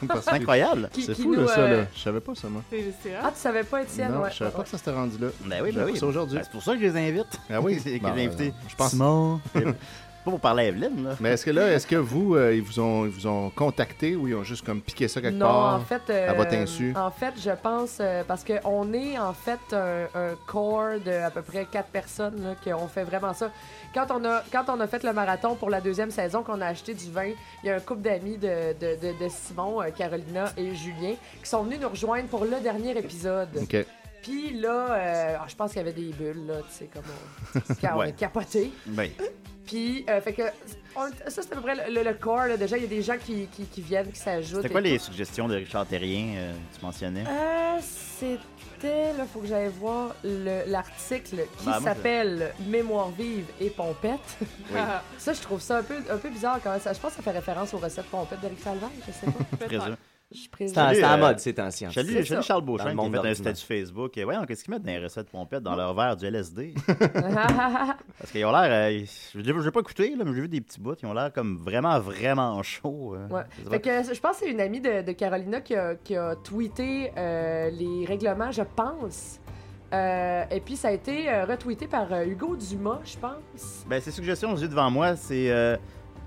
Parce
c'est
que-
incroyable.
Qui-
C'est
qui
fou,
nous,
là, ça,
euh,
là. Je savais pas ça, moi.
C'est c'est hot.
Ah, tu savais pas, Étienne?
Non,
ouais.
je savais pas que ça s'était rendu là.
Ben oui,
J'ai
ben
appris
oui.
ça aujourd'hui.
Ben, c'est pour ça que je les invite.
Ah oui,
c'est que
ben,
j'ai invité.
euh, je pense-
Simon. C'est pas pour parler à Evelyne, là.
Mais est-ce que là, est-ce que vous, euh, ils, vous ont, ils vous ont contacté ou ils ont juste comme piqué ça quelque
non,
part?
en fait, euh,
à votre insu.
En fait, je pense euh, parce que on est en fait un, un corps de à peu près quatre personnes là, qu'on fait vraiment ça. Quand on a quand on a fait le marathon pour la deuxième saison, qu'on a acheté du vin, il y a un couple d'amis de, de, de- de Simon, euh, Carolina et Julien qui sont venus nous rejoindre pour le dernier épisode.
OK.
Puis là, euh, ah, je pense qu'il y avait des bulles là, tu sais comme on, quand on
Ouais.
est capoté.
Ben,
Puis, euh, fait que, on- ça, c'est à peu près le, le- le corps. là. Déjà, il y a des gens qui, qui, qui viennent, qui s'ajoutent.
C'était quoi
et
les
tout.
suggestions de Richard Terrien euh, que tu mentionnais?
Euh, C'était, là, faut que j'aille voir le- l'article qui
Bah, moi, je-
s'appelle Mémoire vive et pompette. ça, je trouve ça un peu, un peu bizarre quand même. Ça, je pense que ça fait référence aux recettes pompettes d'Éric Salvaire, je sais pas.
Je présume.
je présume.
C'est en- c'est en
euh,
mode, hein. c'est en science.
Salut,
C'est
salut
ça.
Charles
Dans
Beauchamp
le
qui a
monde
fait un
d'ordinaire.
statut Facebook. Et voyons, qu'est-ce qu'ils mettent dans les recettes pompettes dans leur verre du LSD?
ouais,
Parce qu'ils ont l'air. euh, je n'ai pas écouté, là, mais j'ai vu des petits bouts. Ils ont l'air comme vraiment, vraiment chauds. euh. Je sais
fait
pas.
que je pense que c'est une amie de, de Carolina qui a, qui a tweeté euh, les règlements, je pense. Euh, et puis ça a été euh, retweeté par euh, Hugo Dumas, je pense.
Ben, ces suggestions que j'ai devant moi, c'est euh,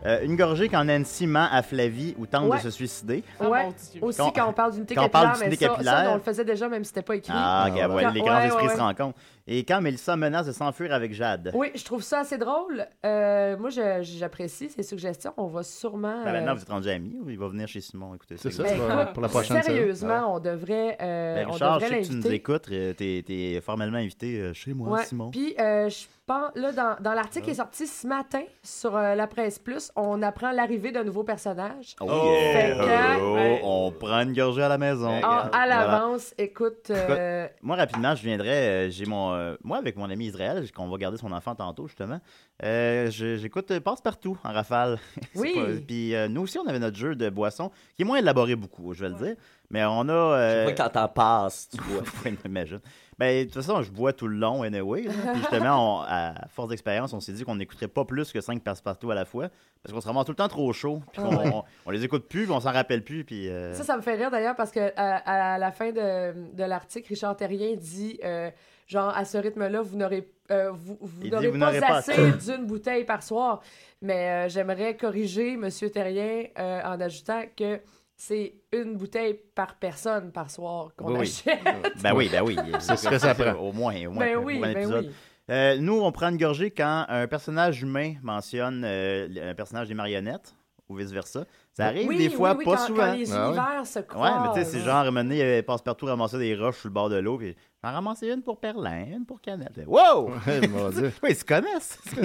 euh, une gorgée quand Nancy ment à Flavie ou tente
Ouais.
de se suicider.
Ah,
ouais.
mon Dieu.
Aussi
Quand-
quand, on parle d'unité
quand on
capillaire,
parle
mais
d'unité
ça,
capillaire.
ça, on le faisait déjà même si c'était pas écrit.
Ah, ok,
Ah,
ouais,
ouais.
les grands
Ouais,
esprits
ouais,
se
ouais.
rencontrent. Et quand Mélissa menace de s'enfuir avec Jade.
Oui, je trouve ça assez drôle. Euh, moi, je- j'apprécie ces suggestions. On va sûrement.
Ben, maintenant,
euh,
vous êtes rendu amis ou il va venir chez Simon écouter
C'est ça,
Ben,
tu vas-
écoute,
pour la prochaine. saison.
Sérieusement, on devrait, euh,
Ah Ben,
on
Richard, je
devrait
sais que tu nous
l'inviter.
écoutes. euh, T'es t'es formellement invité euh, chez moi,
Ouais.
Simon. Ah.
Puis, euh, je pense, là, dans, dans l'article qui est sorti ce matin sur euh, la presse plus, on apprend l'arrivée d'un nouveau personnage.
Oh,
Fait que-
Oh,
Ouais.
On prend une gorgée à la maison.
Ah, à
Oh Voilà.
l'avance, écoute, euh,
Moi, rapidement, je viendrai. euh, j'ai mon, euh, moi, avec mon ami Israël, qu'on va garder son enfant tantôt, justement, euh, je- j'écoute euh, Passe-Partout en rafale. C'est
Oui.
pas- Puis euh, nous aussi, on avait notre jeu de boisson qui est moins élaboré beaucoup, je vais le dire. Mais on a. euh,
Je vois que quand t'en passes, tu vois.
Ouais, mais imagine. Ben, de toute façon, je bois tout le long, anyway. là. Puis justement, on- à force d'expérience, on s'est dit qu'on n'écouterait pas plus que 5 passe partout à la fois. Parce qu'on se ramasse tout le temps trop chaud. Puis
Ah
qu'on-
ouais.
on, on les écoute plus, puis on s'en rappelle plus. Puis. euh,
Ça, ça me fait rire d'ailleurs parce que euh, à, la fin de, de l'article, Richard Terrien dit euh, genre à ce rythme-là, vous n'aurez euh, vous, vous
Il dit,
n'aurez
vous
pas
n'aurez pas
assez d'une bouteille par soir. Mais euh, j'aimerais corriger Monsieur Terrien euh, en ajoutant que c'est une bouteille par personne par soir qu'on
Oui, oui.
achète.
Ben oui, ben oui.
C'est ce que ça prend.
Au moins, au moins.
Ben
pour
oui,
un
ben
épisode.
oui.
Euh, nous, on prend une gorgée quand un personnage humain mentionne euh, un personnage des marionnettes ou vice-versa. Ça arrive
Oui,
des fois,
oui, oui,
pas
quand,
souvent.
Quand les
Ah ouais.
univers se
Ouais,
croisent.
mais tu sais, c'est genre, mener euh, passe-partout ramasser des roches sur le bord de l'eau, puis j'en ramassais une pour Perlin, une pour Canette. Wow!
Ouais, mon Dieu.
Oui, ils se connaissent. Fait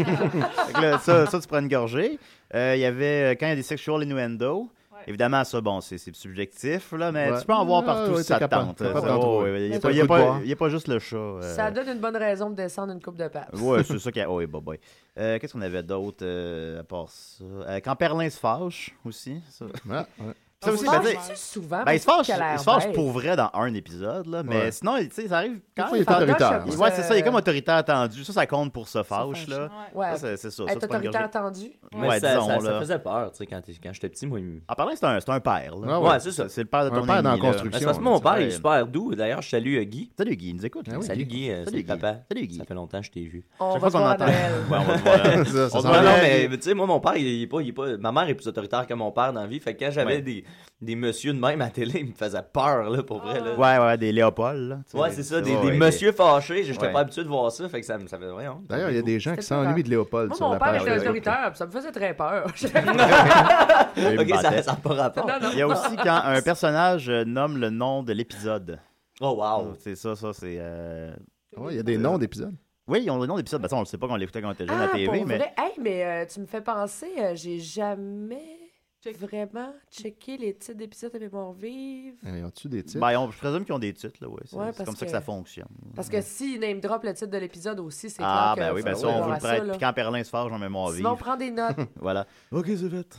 que là, ça, ça, tu prends une gorgée. Euh, Il y avait, euh, quand il y a des sexual innuendo, évidemment, ça, bon, c'est c'est subjectif, là, mais
Ouais.
tu peux en voir
Ah,
partout
ouais,
si
t'es
ça te
capable.
tente.
T'es
là.
capable d'en
Ouais,
trouver.
ouais, Il n'y a,
C'est
pas-
un
il y a
coup de
pas-
bois.
il y a pas juste le chat. euh.
Ça donne une bonne raison de descendre une coupe de pape.
Ouais, c'est ça qu'il y a. Oui, bah, bah. Euh, Qu'est-ce qu'on avait d'autre euh, à part ça? Euh, quand Perlin se fâche aussi. Ça,
Ah, ouais.
ça
se
aussi, ben, tu sais,
fâche-tu souvent?
ben, il se fâche,
Parce qu'il a l'air
il se fâche
bête.
pour vrai dans un épisode, là, mais
Ouais.
sinon, il- tu sais, ça arrive
Des
quand
fois, il est
même.
autoritaire.
il-
Ouais, c'est ça, il est comme autoritaire tendu. Ça, ça compte pour se fâche,
fâche,
là.
Euh, Ouais.
Ça, c'est c'est ça. ça,
Être
c'est pas une gorgée.
autoritaire tendu.
Mais
Ouais,
ça,
disons,
ça-
là.
ça faisait peur, tu sais, quand, t'es- quand j'étais petit, moi. il me-
En parlant, c'est un, c'est un père. là.
Ah ouais.
Ouais, c'est ça.
C'est le père de
Un
ton
père
ami,
dans la
là.
construction.
Mais c'est parce que
Ouais,
mon
c'est
père,
vrai.
il est super doux. D'ailleurs, je salue euh, Guy.
Salut Guy, il nous écoute. là.
Ah oui.
Salut Guy, euh, c'est
Salut, Guy.
papa.
Salut, Guy.
Ça fait longtemps que je t'ai vu.
On
Chaque
va
fois
se
qu'on
voir à
entend-
Noël.
Ouais, on va te voir.
Ça, ça
On
sent
se
Ouais,
Non,
voit
non,
bien.
mais tu sais, moi, mon père, il est, pas, il est pas. Ma mère est plus autoritaire que mon père dans la vie. Fait que quand j'avais
Ouais.
des, des messieurs de même à la télé, ils me faisaient peur, là, pour vrai. Là.
Ouais, ouais, des Léopold. là, tu
Ouais,
sais,
c'est ça,
tu
des,
vois,
des
Ah. ouais,
messieurs fâchés. J'étais
Ouais.
pas habitué de voir ça. Fait que ça me. Ça me voyons.
D'ailleurs, il y a des gens qui
C'est pas
s'ennuient de Léopold
Moi,
sur
mon
la
père
page
était
Facebook.
autoritaire, puis ça me faisait très peur.
des-
Ok,
des
ça
bâtards.
n'a pas rapport.
non, non.
Il y a aussi quand un personnage euh, nomme le nom de l'épisode.
Oh, wow.
C'est ça, ça, c'est. euh,
Ouais, il y a des noms d'épisodes.
Oui, ils ont le nom d'épisode. Ben, ça, on le sait pas quand on l'écoutait quand on était jeune à la
Ah,
TV,
pour
mais.
vrai? Hey, mais euh, tu me fais penser, euh, j'ai jamais
Check.
vraiment checké les titres d'épisodes de Mémoire vive.
Ils ont-tu des titres?
Ben, on- je présume qu'ils ont des titres, là, ouais. C'est
Ouais,
c'est
parce
comme ça que
que-
ça fonctionne.
Parce que si name drop le titre de l'épisode aussi, c'est
Ah,
clair
ben
que
oui, ben
faut
ça, on
voir
vous le prête.
là.
Puis quand Perlin se fâche, en mémoire vive.
Sinon, prends des notes.
Voilà. Ok, c'est fait.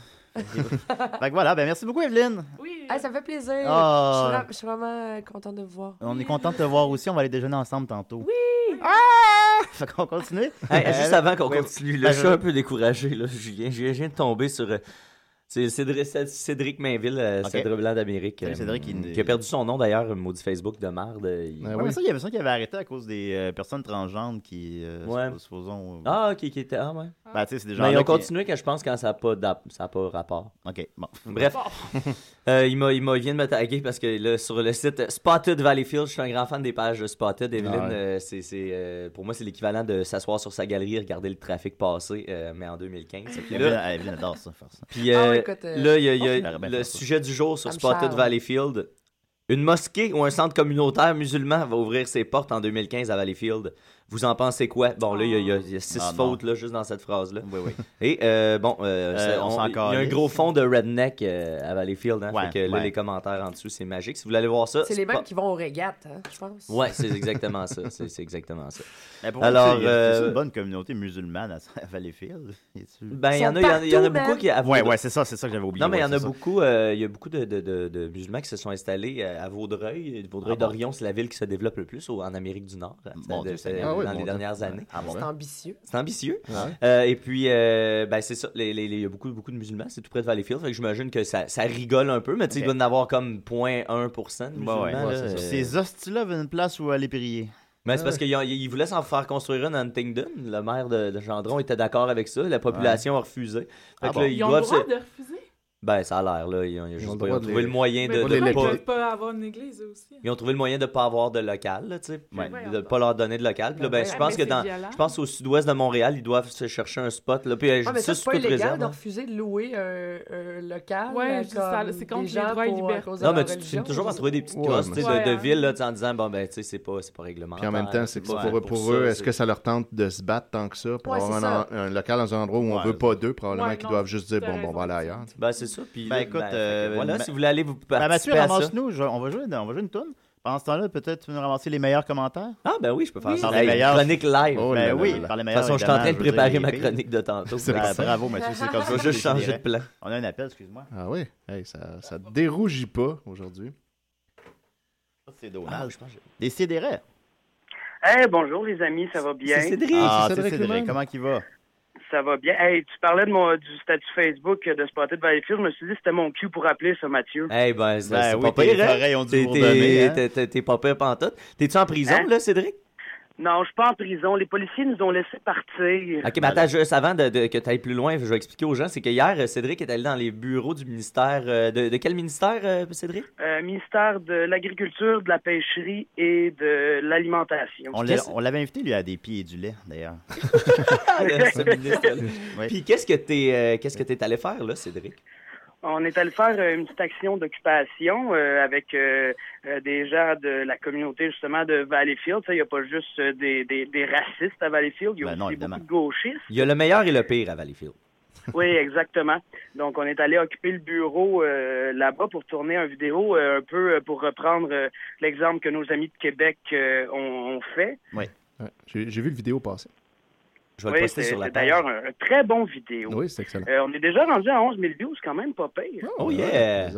fait que voilà, ben merci beaucoup, Evelyne.
Oui.
Hey, ça me fait plaisir. Je, suis
Ah.
vra- je suis vraiment euh, contente de vous voir.
On est content de te voir aussi. On va aller déjeuner ensemble tantôt. Oui! Ah! Fait qu'on continue.
Hey,
Euh,
juste avant qu'on
ouais,
continue, là,
ouais,
je suis
ouais.
un peu découragé. Là. Je, viens, je viens de tomber sur euh, c'est Cédric, Céd- Cédric Mainville, euh,
Ok.
Cèdre Blanc d'Amérique. euh,
Salut, Cédric, il-
qui a perdu son nom d'ailleurs, un maudit Facebook de marde. euh, il-
Ah
Ouais,
oui.
mais ça, il y avait ça qui avait arrêté à cause des euh, personnes transgenres qui, euh,
Ouais.
suppo- supposons...
Ah, ok, qui était. Ah, ouais.
Ben, tu sais, c'est des gens
Mais ils
là
ont
qui...
continué quand je pense quand ça n'a pas, d'app- ça a pas rapport.
OK, bon.
Bref, Euh, il, m'a, il, m'a- il vient de me taguer parce que là, sur le site euh, Spotted Valleyfield, je suis un grand fan des pages de Spotted. Evelyne,
Ah ouais.
euh, c'est, c'est, euh, pour moi, c'est l'équivalent de s'asseoir sur sa galerie et regarder le trafic passer, euh, mais en
Ah,
2015. Puis là,
Evelyne, Evelyne adore ça, faire ça.
Puis
Ah
euh,
ouais, écoute, euh,
là, il y a, il y a
je l'aurais Ah, bien
le
fait, ça.
sujet du jour sur
Ça me
Spotted
charme.
Valleyfield. Une mosquée ou un centre communautaire musulman va ouvrir ses portes en 2015 à Valleyfield. Vous en pensez quoi? Bon, là, il y a- il y, a- il y a six
Ah, non.
fautes là, juste dans cette phrase-là.
Oui, oui.
Et euh, bon, euh,
Euh,
c'est-
on
on-
s'en
il y a un
calisse.
gros fond de redneck euh, à Valleyfield. Hein,
Ouais,
fait que là,
ouais.
les commentaires en dessous, c'est magique. Si vous voulez aller voir ça,
C'est les
pas-
mêmes qui vont aux régates, hein, je pense.
Ouais, c'est exactement ça. C'est c'est exactement ça.
Mais pour
Alors,
Alors, c'est
euh,
une bonne communauté musulmane à- à Valleyfield. Y a-tu-
Ben, il y
Ils
en a,
sont
il y en a- il y en a
partout,
beaucoup
man.
qui avouent
Ouais, ouais, c'est ça, c'est ça que j'avais oublié.
Non, mais il y
ouais,
en
c'est
a
ça.
beaucoup, euh, il y a beaucoup de, de- de- de musulmans qui se sont installés euh, à Vaudreuil. Vaudreuil
Ah bon?
d'Orion, c'est la ville qui se développe le plus au- en Amérique du Nord hein,
Mon
de-
Dieu
de-
Seigneur.
Ah oui,
dans
mon
les
Dieu.
dernières années.
Ah, bon.
C'est ambitieux.
C'est ambitieux.
Ah ouais.
Euh, et puis, euh, ben, c'est ça, les- les- les- il y a beaucoup, beaucoup de musulmans, c'est tout près de Valleyfield, fait que j'imagine que ça, ça rigole un peu, mais tu sais, il doit
Ok.
y en avoir comme 0.1% de musulmans.
Bah ouais,
là,
ouais, c'est ça.
euh,
Ces hosties-là avaient une place où aller prier.
mais c'est parce qu'ils ont- ils voulaient s'en faire construire une à Huntingdon. Le maire de, de Gendron était d'accord avec ça. La population a refusé. Fait
Ah
que
bon.
là, ils,
Ils ont le
doivent
droit
se-
de refuser.
Ben, ça a l'air, là. Ils ont, ils ont
Ils ont
juste
le
pas-
droit
ils ont
de
trouvé
les-
le moyen
Mais
de,
pourquoi
de
ils
pas...
peuvent pas avoir une église aussi. hein.
Ils ont trouvé le moyen de pas avoir de local, là, tu sais, puis
Ouais.
de pas leur donner de local. Puis là, ben,
Ouais,
je pense
mais
que
c'est
dans,
violent.
je pense au sud-ouest de Montréal, ils doivent se chercher un spot. Là, puis euh, je
Ah,
dis
mais ça,
ça
c'est
sous
pas
toute
illégal
réserve.
de
hein.
refuser de louer un un local.
Ouais,
euh,
je dis ça,
comme
c'est contre
des
les
gens
droits et
pour- à
libertés.
cause de
Non,
leur
mais tu tu
religion,
finis toujours à
je
trouver des
sais
petites
Ouais,
crosses,
mais-
tu sais,
Ouais,
de, de
hein.
ville, là, tu sais, en disant, bon, ben, tu sais, c'est pas, c'est pas réglementaire.
Puis en même temps, c'est que
Ouais,
c'est pour, pour
ben, ça,
eux, est-ce
c'est-
que ça leur tente de se battre tant que ça pour
Ouais,
avoir
c'est
un, un local dans un endroit où on
Ouais.
veut pas d'eux, probablement
Ouais,
qu'ils
non,
doivent juste dire
t'as
bon, bon, on va aller
raison.
ailleurs.
Ben, c'est ça. Puis
Ben,
là,
écoute,
fait que
euh,
voilà,
ma-
si vous voulez aller vous
Ben, Mathieu,
participer à ça.
ramasse-nous. je- On, va jouer dans- on va jouer une toune. Pendant ce temps-là, peut-être tu nous ramasser les meilleurs commentaires.
Ah, ben oui, je peux faire
Oui.
ça.
Dans les
Hey,
meilleurs-
Chronique live.
Oh
De
là
ben
là
oui,
là là.
par les
toute
meilleurs.
façon, je suis en train de
évidemment, je
préparer
veux
ma
dire, les filles.
chronique de tantôt.
C'est
Fait
Ah,
que ça-
bravo, Mathieu, c'est comme
Je
ça.
vais
que je
juste changer
dirais.
de plan.
On a un appel, excuse-moi.
Ah oui, Hey, ça, ça dérougit pas aujourd'hui.
C'est
Ah,
dommage.
je pense que-
Décidérez.
Hey, bonjour les amis, ça va bien?
C'est Cédric, Ah, c'est Cédric c'est Cédric, Lemoine. comment il va?
Ça va bien. Hey, tu parlais de mon, du statut Facebook euh, de Spotted Valleyfield. Je me suis dit c'était mon cue pour appeler ça, Mathieu.
Eh ben, c'est
Ben
c'est
oui,
pas
tes
pire, hein?
oreilles ont dû
T'es-
vous
t'es-
redonner, hein?
t'es- t'es- T'es pas pire pantoute. T'es-tu en prison,
Hein?
là, Cédric?
Non, je suis pas en prison. Les policiers nous ont laissé partir.
Ok, mais attends, juste avant de, de- que tu ailles plus loin, je vais expliquer aux gens. C'est que hier, euh, Cédric est allé dans les bureaux du ministère. euh, de, de quel ministère, euh, Cédric?
Euh, ministère de l'Agriculture, de la Pêcherie et de l'Alimentation.
On l'a- on l'avait invité, lui, à des pieds et du lait, d'ailleurs.
Ah,
Oui.
Puis qu'est-ce que t'es euh, qu'est-ce que t'es allé faire, là, Cédric?
On est allé faire euh, une petite action d'occupation euh, avec euh, euh, des gens de la communauté justement de Valleyfield. Tu sais, Il n'y a pas juste euh, des, des- des racistes à Valleyfield, il y a
Ben
aussi
non, évidemment.
beaucoup de gauchistes.
Il y a le meilleur et le pire à Valleyfield.
Oui, exactement. Donc, on est allé occuper le bureau euh, là-bas pour tourner un vidéo euh, un peu euh, pour reprendre euh, l'exemple que nos amis de Québec euh, ont, ont fait.
Oui.
J'ai j'ai vu le vidéo passer.
Je
Oui, c'est c'est d'ailleurs un, un très bon vidéo.
Oui, c'est excellent.
Euh, on est déjà rendu à 11 000 views, quand même pas pire.
Oh yeah!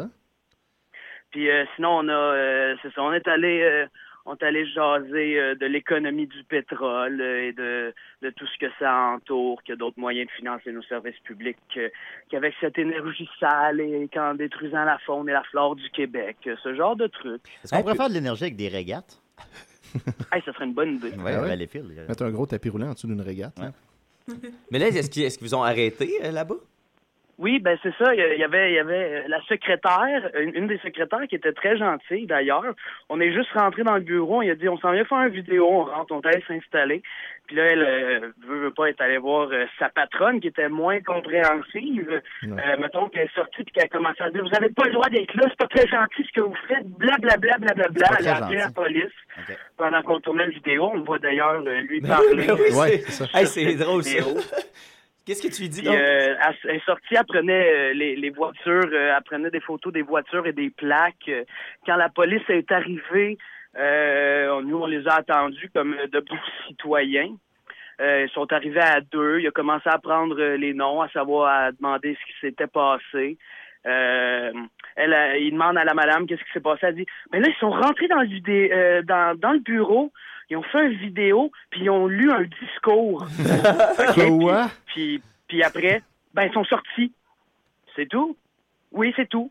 Puis euh, sinon, on a, euh, c'est ça, on est allé, euh, on est allé jaser euh, de l'économie du pétrole euh, et de, de tout ce que ça entoure, qu'il y a d'autres moyens de financer nos services publics, euh, qu'avec cette énergie sale et qu'en détruisant la faune et la flore du Québec, euh, ce genre de truc.
Est-ce qu'on pourrait faire de l'énergie avec des régates?
Hey, ça serait une bonne idée.
Oui,
Ah ouais?
Valleyfield. euh,
Mettre un gros tapis roulant en dessous d'une régate. là.
Mais là, est-ce qu'ils est-ce qu'ils vous ont arrêté euh, là-bas?
Oui, ben c'est ça. Il y avait, il y avait euh, la secrétaire, une, une des secrétaires qui était très gentille d'ailleurs. On est juste rentré dans le bureau. Il a dit, on s'en vient faire une vidéo. On rentre, on t'aide s'installer. Puis là, elle euh, veut, veut pas être allée voir euh, sa patronne qui était moins compréhensive. Euh, mettons qu'elle est sortie puis qu'elle a commencé à dire, vous avez pas le droit d'être là. C'est pas très gentil ce que vous faites. Bla bla bla bla bla bla.
C'est pas
Elle a
très
appelé la
gentil.
police
OK.
pendant qu'on tournait la vidéo. On voit d'ailleurs euh, lui
Ben
parler.
oui, ben oui,
Ouais,
c'est-
c'est
ça.
Hey, c'est drôle, ça.
Vidéo.
Qu'est-ce que tu lui dis,
euh, Puis,
donc?
euh, elle, elle est sortie, elle prenait euh, les, les voitures, euh, elle prenait des photos des voitures et des plaques. Euh, Quand la police est arrivée, euh, on- nous, on les a attendus comme euh, de bons citoyens. Euh, ils sont arrivés à deux. Il a commencé à prendre euh, les noms, à savoir, à demander ce qui s'était passé. Euh, elle, euh, il demande à la madame qu'est-ce qui s'est passé. Elle dit, mais là, ils sont rentrés dans le, vidé- euh, dans, dans le bureau, ils ont fait une vidéo, puis ils ont lu un discours. Ok, puis-
Quoi?
puis, puis après, ben, ils sont sortis. C'est tout? Oui, c'est tout.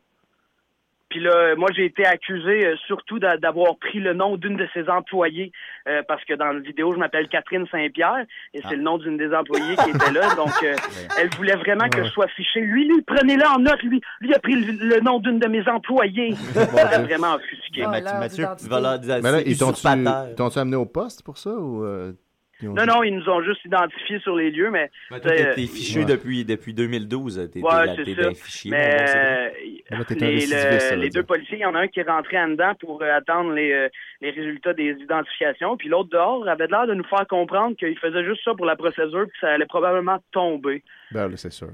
Puis là, moi, j'ai été accusé euh, surtout d'a- d'avoir pris le nom d'une de ses employées, euh, parce que dans la vidéo, je m'appelle Catherine Saint-Pierre, et c'est le nom d'une des employées qui était là. Donc, euh, elle voulait vraiment que je sois fiché. Lui, lui, prenez-le en note. Lui, lui a pris le, le nom d'une de mes employées.
Euh,
Elle a vraiment offusqué.
Mathieu-
Voleur
Mathieu,
Ah, d'identité.
Voilà, dis-
Mais là,
c'est
ils t'ont-tu
usurpateur.
ils t'ont-tu amené au poste pour ça? Ou, euh, ils ont
Non,
dit-
non, ils nous ont juste identifiés sur les lieux, mais...
Ouais,
tu
toi,
sais,
T'es t'es fiché
ouais.
depuis, depuis 2012. T'es
Ouais,
t'es-
c'est
t'es
ça.
bien fiché. mon
Mais
bon ben, Cédric.
euh,
Là, ah, t'es un
les,
récidiviste, ça
le-
veut
les
dire.
deux policiers, il y en a un qui est rentré en dedans pour euh, attendre les, euh, les résultats des identifications, puis l'autre dehors avait l'air de nous faire comprendre qu'il faisait juste ça pour la procédure, puis que ça allait probablement tomber.
Ben là, c'est sûr.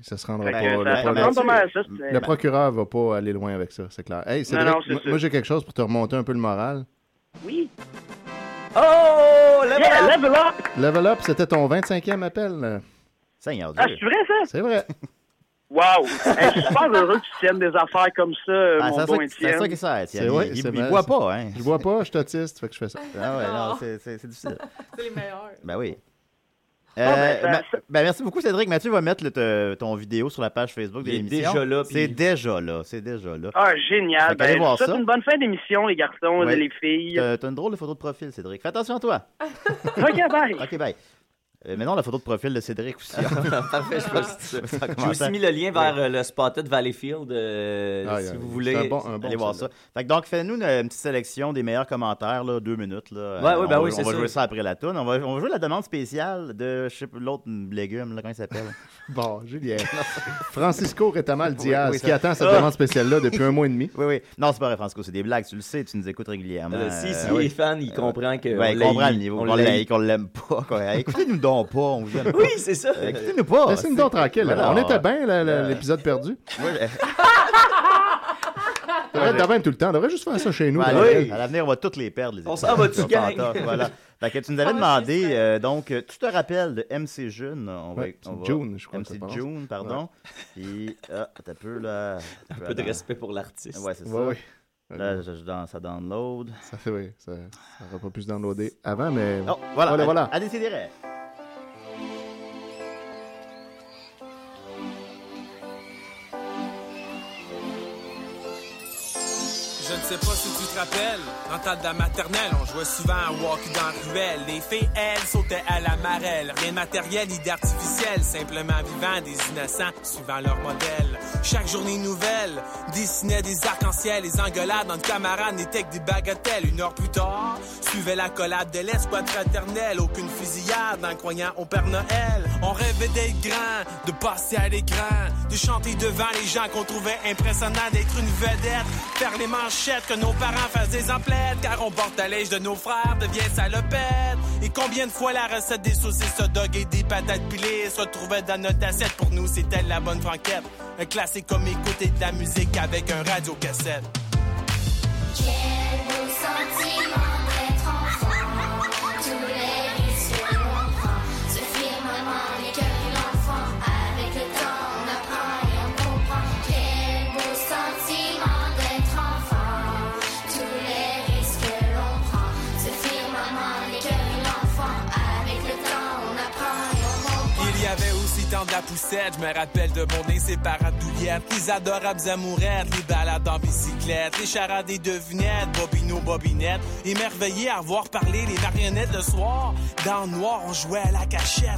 Ça se rendra
Fait
pas.
que
le
ça- ça
problème-
me rend pas mal à ça.
Le
c'est-
procureur va pas aller loin avec ça, c'est clair. Hey, Cédric,
Ben, non, c'est
moi,
sûr.
moi, j'ai quelque chose pour te remonter un peu le moral.
Oui.
Oh! Là,
Yeah, level up!
Level Up, c'était ton 25e appel. euh.
Seigneur Dieu.
Ah, c'est vrai, ça?
C'est vrai.
Wow! Hey, je suis super heureux que tu tiennes des affaires comme ça, euh,
Ah,
mon
c'est
bon
ça, c'est ça
Étienne.
que ça est.
C'est vrai,
il,
c'est
il
vrai,
boit
c'est-
pas, hein?
Je bois pas, je suis autiste, fait que je fais ça.
Ah ouais, non,
Non.
c'est- c'est c'est difficile.
C'est les meilleurs.
Ben oui.
ben,
Euh,
ça-
ma- ben, merci beaucoup, Cédric. Mathieu va mettre le- te- ton vidéo sur la page Facebook de
Il est
l'émission.
déjà là, puis-
C'est déjà là. C'est déjà là.
Ah,
Fait
génial!
qu'allez
Ben, je
voir
vous souhaite
ça.
une bonne fin d'émission, les garçons
Ouais. Euh.
et les filles.
T'as t'as une drôle de photo de profil, Cédric. Fais attention à toi.
Ok, bye!
OK, bye. Euh, maintenant, la photo de profil de Cédric aussi.
Ah, Parfait, je pense que c'est ça.
Ça
J'ai
commence
aussi
à-
mis le lien vers euh, le Spotted Valleyfield, euh,
Ah,
si
yeah,
vous
c'est
voulez.
un bon- un bon-
Allez voir ça. Fait que donc, fais-nous une, une petite sélection des meilleurs commentaires, là, deux minutes.
Ouais,
Là. Euh,
ouais,
on
ben
va-
oui, c'est
On va
ça.
jouer ça après la toune. On va, on va jouer la demande spéciale de je sais pas, l'autre légume, là, comment il s'appelle.
Bon, Julien. Francisco Retamal Diaz,
Oui, oui,
qui attend cette
Ah.
demande spéciale-là depuis un mois et demi.
oui, oui. Non, c'est pas vrai, Franco, c'est des blagues, tu le sais, tu nous écoutes régulièrement.
Euh, si,
Euh,
si,
oui.
les fans, ils comprennent que.
Ouais,
on
on comprend
l'a-
le
on
niveau. On
l'a-
l'aime, qu'on l'aime pas. quoi. Hey, Écoutez-nous donc pas, on vous aime pas.
Oui, c'est ça.
Euh, Écoutez-nous pas.
Laissez-nous donc tranquille. là.
Voilà.
On était bien, là,
Euh,
le- l'épisode perdu.
Moi, je-
On devrait être de même tout le temps. On devrait juste faire ça chez nous. dans
Ouais, à
la
l'avenir-
ville.
À l'avenir, on va toutes les perdre. Les
On
épisodes.
s'en va dessus,
On
gang.
s'entend, Voilà. Fait que tu nous avais
Ah,
demandé,
c'est ça.
euh, donc, euh, tu te rappelles de MC June. On va,
Ouais,
on va-
June, je crois que
MC
ça prononce.
June, pardon. Puis, ah, t'as peu là.
Un peu de respect pour l'artiste.
Ouais, c'est ça. Euh,
Ouais, ouais.
Là, je, je dans- ça download.
Ça fait, oui, ça n'aurait pas pu se downloader avant, mais.
Oh, voilà.
Voilà,
à-
voilà.
À, décider.
Je ne sais pas si tu te rappelles, dans ta de la maternelle, on jouait souvent à walk dans la ruelle. Les filles, elles, sautaient à la marelle. Rien de matériel ni d'artificiel, simplement vivant des innocents, suivant leur modèle. Chaque journée nouvelle, dessinait des arcs-en-ciel, les engueulades entre camarades n'étaient que des bagatelles. Une heure plus tard, suivait la collab de l'escouade fraternelle, aucune fusillade en croyant au Père Noël. On rêvait d'être grand, de passer à l'écran, de chanter devant les gens qu'on trouvait impressionnants, d'être une vedette, faire les manchettes que nos parents fassent des emplettes, car on porte à l'âge de nos frères, devient salopette. Et combien de fois la recette des saucisses hot dog et des patates pilées se retrouvait dans notre assiette? Pour nous, c'était la bonne franquette. Un classique comme écouter de la musique avec un radio-cassette.
Quel beau sentiment d'être enfant, tous les risques que l'on prend, ce firmament n'est que l'enfant, avec le temps on apprend et on comprend. Quel beau sentiment d'être enfant, tous les risques que l'on prend, ce firmament n'est que l'enfant, avec le temps on apprend et on comprend.
Il y avait aussi tant de la poussette, je me rappelle de mon inséparable douillette, les adorables amourettes, les balades en bicyclette, les charades et devinettes, Bobino, Bobinette, émerveillé à voir parler les marionnettes le soir. Dans le noir, on jouait à la cachette.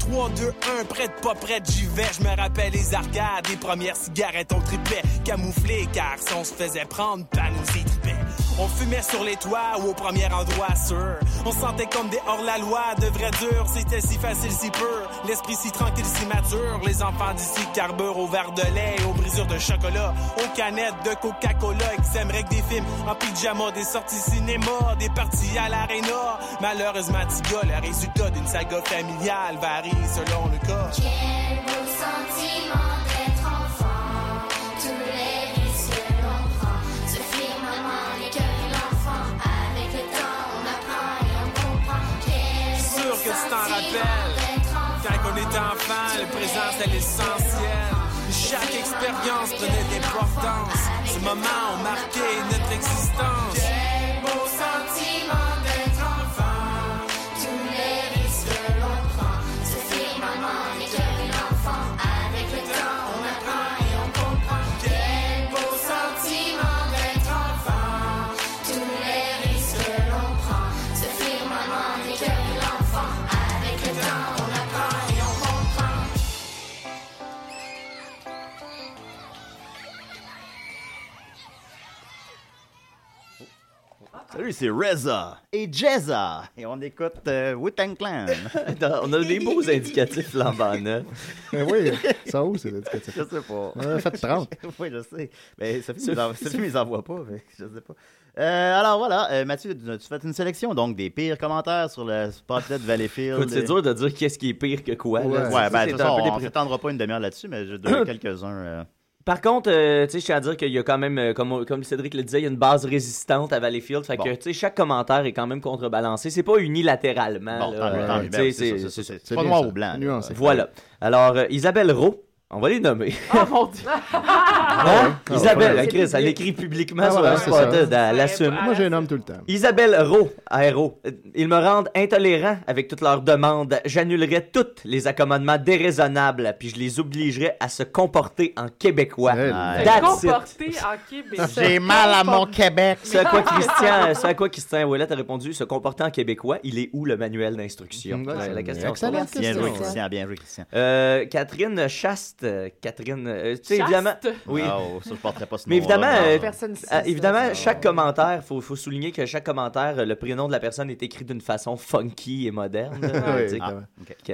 3, 2, 1, prête, pas prête, j'y vais. Je me rappelle les arcades, les premières cigarettes, on tripait, camouflé, car si on se faisait prendre, pas nous y tripait. On fumait sur les toits ou au premier endroit sûr. On sentait comme des hors-la-loi de vrais durs. C'était si facile, si pur. L'esprit si tranquille, si mature. Les enfants d'ici carburent au verre de lait et aux brisures de chocolat. Aux canettes de Coca-Cola. Ils aimeraient que des films en pyjama, des sorties cinéma, des parties à l'aréna. Malheureusement, Tiga, le résultat d'une saga familiale varie selon le cas.
Quel beau sentiment d'être enfant, tous les risques que l'on prend, ce firmament n'est que l'enfant, avec le temps on apprend et on comprend. Quel
Sûr
beau
que tu t'en
sentiment
rappelles.
d'être enfant,
Quand on était enfant, le présent c'est l'essentiel. Chaque expérience prenait de l'importance. Ces moments ont marqué notre existence.
quel beau sentiment d'être enfant, tous les risques que l'on prend, ce firmament n'est que l'enfant, avec le temps on apprend et on comprend. Quel beau sentiment d'être enfant. Tous les risques que l'on prend, ce firmament n'est que l'enfant. Avec le temps, on apprend et on comprend.
Salut, c'est Reza et Jezza. Et on écoute euh, Wu-Tang Clan.
on a des beaux indicatifs flambant neufs.
Mais oui, ça où c'est l'indicatif?
Je sais pas.
Euh, faites 30.
oui, je sais. Mais Sophie ne les envoie pas, mais je sais pas. Euh, alors voilà, euh, Mathieu, tu tu fais une sélection donc des pires commentaires sur le Spotlight Valleyfield.
Écoute, C'est dur de dire qu'est-ce qui est pire que quoi. là.
Ouais,
Ça,
ouais
ça,
ben,
c'est
de toute façon,
un peu
on
déprimant.
s'étendra pas une demi-heure là-dessus, mais je donne quelques-uns. euh.
Par contre, euh, tu sais, je tiens à dire qu'il y a quand même, euh, comme, comme Cédric le disait, il y a une base résistante à Valleyfield. Fait
Bon.
que, tu sais, chaque commentaire est quand même contrebalancé. C'est pas unilatéralement.
Bon,
Ah, là. Euh,
tant mieux, tant mieux.
Tu sais,
Ben, c'est ça, c'est ça, c'est pas
bien
noir
ça.
ou blanc, là.
Nuancé. Voilà. Alors, euh, Isabelle Rowe, on va les nommer.
Oh mon dieu!
Hein?
Ah ouais.
Isabelle,
C'est
Chris, elle écrit publiquement sur la
c'est ça.
spot, elle l'assume.
Moi, j'ai un homme tout le temps.
Isabelle Rowe, à Hérault, euh, ils me rendent intolérant avec toutes leurs demandes. J'annulerai tous les accommodements déraisonnables, puis je les obligerai à se comporter en québécois.
Ah,
Se
That's it.
comporter en Québec.
J'ai mal à mon
Québec.
Ce à quoi Christian, ce à quoi Christian Ouellet a répondu, se comportant en québécois, il est où le manuel d'instruction?
Mm, ouais,
C'est Hum, la
c'est
question.
excellente Bien question. joué, Christian, bien joué, Christian.
Euh, Catherine Chaste, euh, Catherine, euh, tu sais,
Chaste?
évidemment, oui.
Oh, ça, je porterai pas ce
Mais
nom-là,
évidemment,
non.
Ah,
euh,
Personne
euh,
sait ça,
évidemment,
ça.
chaque commentaire, faut, faut souligner que chaque commentaire, euh, le prénom de la personne est écrit d'une façon funky et moderne. là,
Oui,
hein, tu sais,
ah,
comme-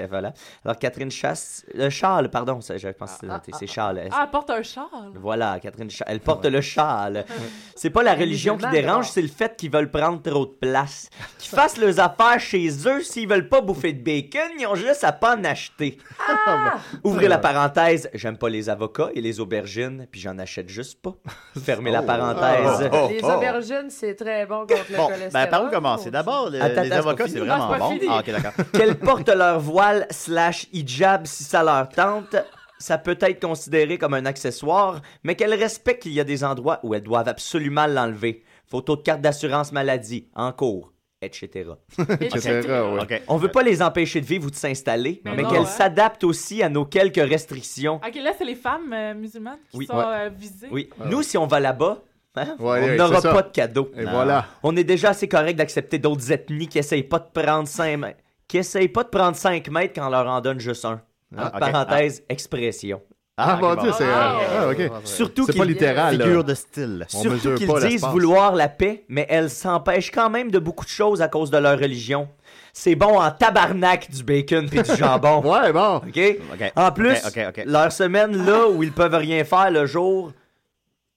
que- voilà. Alors Catherine Chaste, euh, Charles, pardon, ça, je pense que c'est noté, c'est Charles.
Ah, elle porte un châle.
Voilà, Catherine, Cha- elle porte le châle. C'est pas la
Elle est
religion qui
musulmane,
dérange,
d'abord.
c'est le fait qu'ils veulent prendre trop de place. Qu'ils fassent leurs affaires chez eux s'ils veulent pas bouffer de bacon, ils ont juste à pas en acheter.
Ah!
Ouvrez la parenthèse, j'aime pas les avocats et les aubergines, puis j'en achète juste pas. Fermez la
Oh.
parenthèse.
Oh, oh,
Les
oh.
aubergines, c'est très bon contre le
Bon,
cholestérol.
ben, par où commencer? D'abord, le-
Attends,
les
attends,
avocats,
c'est pas fini.
c'est vraiment
Ah, c'est pas
bon.
fini.
Ah, ok, d'accord.
Qu'elles portent leur voile slash hijab si ça leur tente. ça peut être considéré comme un accessoire, mais qu'elle respecte qu'il y a des endroits où elles doivent absolument l'enlever. Photo de carte d'assurance maladie, en cours, etc.
Etc., ouais. Ok.
On veut pas les empêcher de vivre ou de s'installer,
Mais
mais,
non,
qu'elles
hein.
s'adaptent aussi à nos quelques restrictions.
Ok, là, c'est les femmes euh, musulmanes qui
Oui.
sont
Ouais.
euh, visées.
Oui. Nous, si on va là-bas, hein,
Ah ouais,
on n'aura
c'est ça.
pas de cadeau. Ah.
Et voilà.
On est déjà assez correct d'accepter d'autres ethnies qui essayent pas de prendre 5 mètres. Qui essayent pas de prendre 5 mètres quand on leur en donne juste un.
Ah,
Entre
ok.
parenthèse, expression.
Ah, mon Dieu, c'est. euh, ah, ok.
Surtout
C'est pas
qu'il-
Ah,
littéral. là. On
Surtout
mesure
qu'ils
pas
disent
l'espace.
vouloir la paix, mais elles s'empêchent quand même de beaucoup de choses à cause de leur religion. C'est bon en tabarnak du bacon puis du jambon.
ouais, bon.
En plus,
Ok, ok, ok.
leur semaine là où ils peuvent rien faire le jour.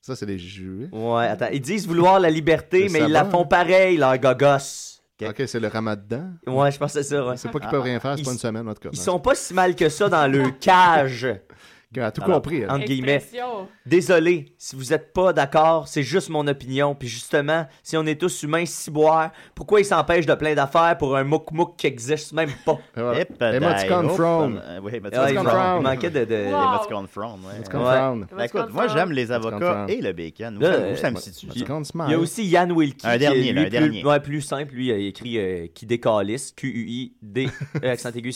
Ça, c'est les juifs.
Ouais, attends. Ils disent vouloir la liberté,
Le
mais ils la
sabbat.
font pareil, leur gogosse.
Ah,
Ok, c'est le ramadan.
Ouais, je pense que c'est ça. ouais. Ah,
C'est pas qu'ils peuvent rien faire, c'est pas une semaine, en tout cas.
Ils sont pas si mal que ça dans le cage.
Elle a tout
Alors,
compris. hein. elle.
Entre guillemets. Désolé, si vous n'êtes pas d'accord, c'est juste mon opinion. Puis justement, si on est tous humains, ciboires, pourquoi ils s'empêchent de plein d'affaires pour un mouk-mouk qui existe même pas?
voilà. Emoticon
Oh,
from.
euh, oui,
Ah,
Emoticon
il
from.
manque- il manquait de- de- Wow.
Emoticon from, ouais.
Emoticon
Ouais.
from.
Ben, écoute, moi, j'aime les avocats et le bacon. Où,
Là,
ça, où ça me
euh,
situe?
Il y a aussi Yann Wilkie.
Un
qui,
dernier,
lui,
là, un
plus,
dernier.
ouais, plus simple, lui, il a écrit euh, qui décalisse, Q-U-I-D, euh, accent aigu,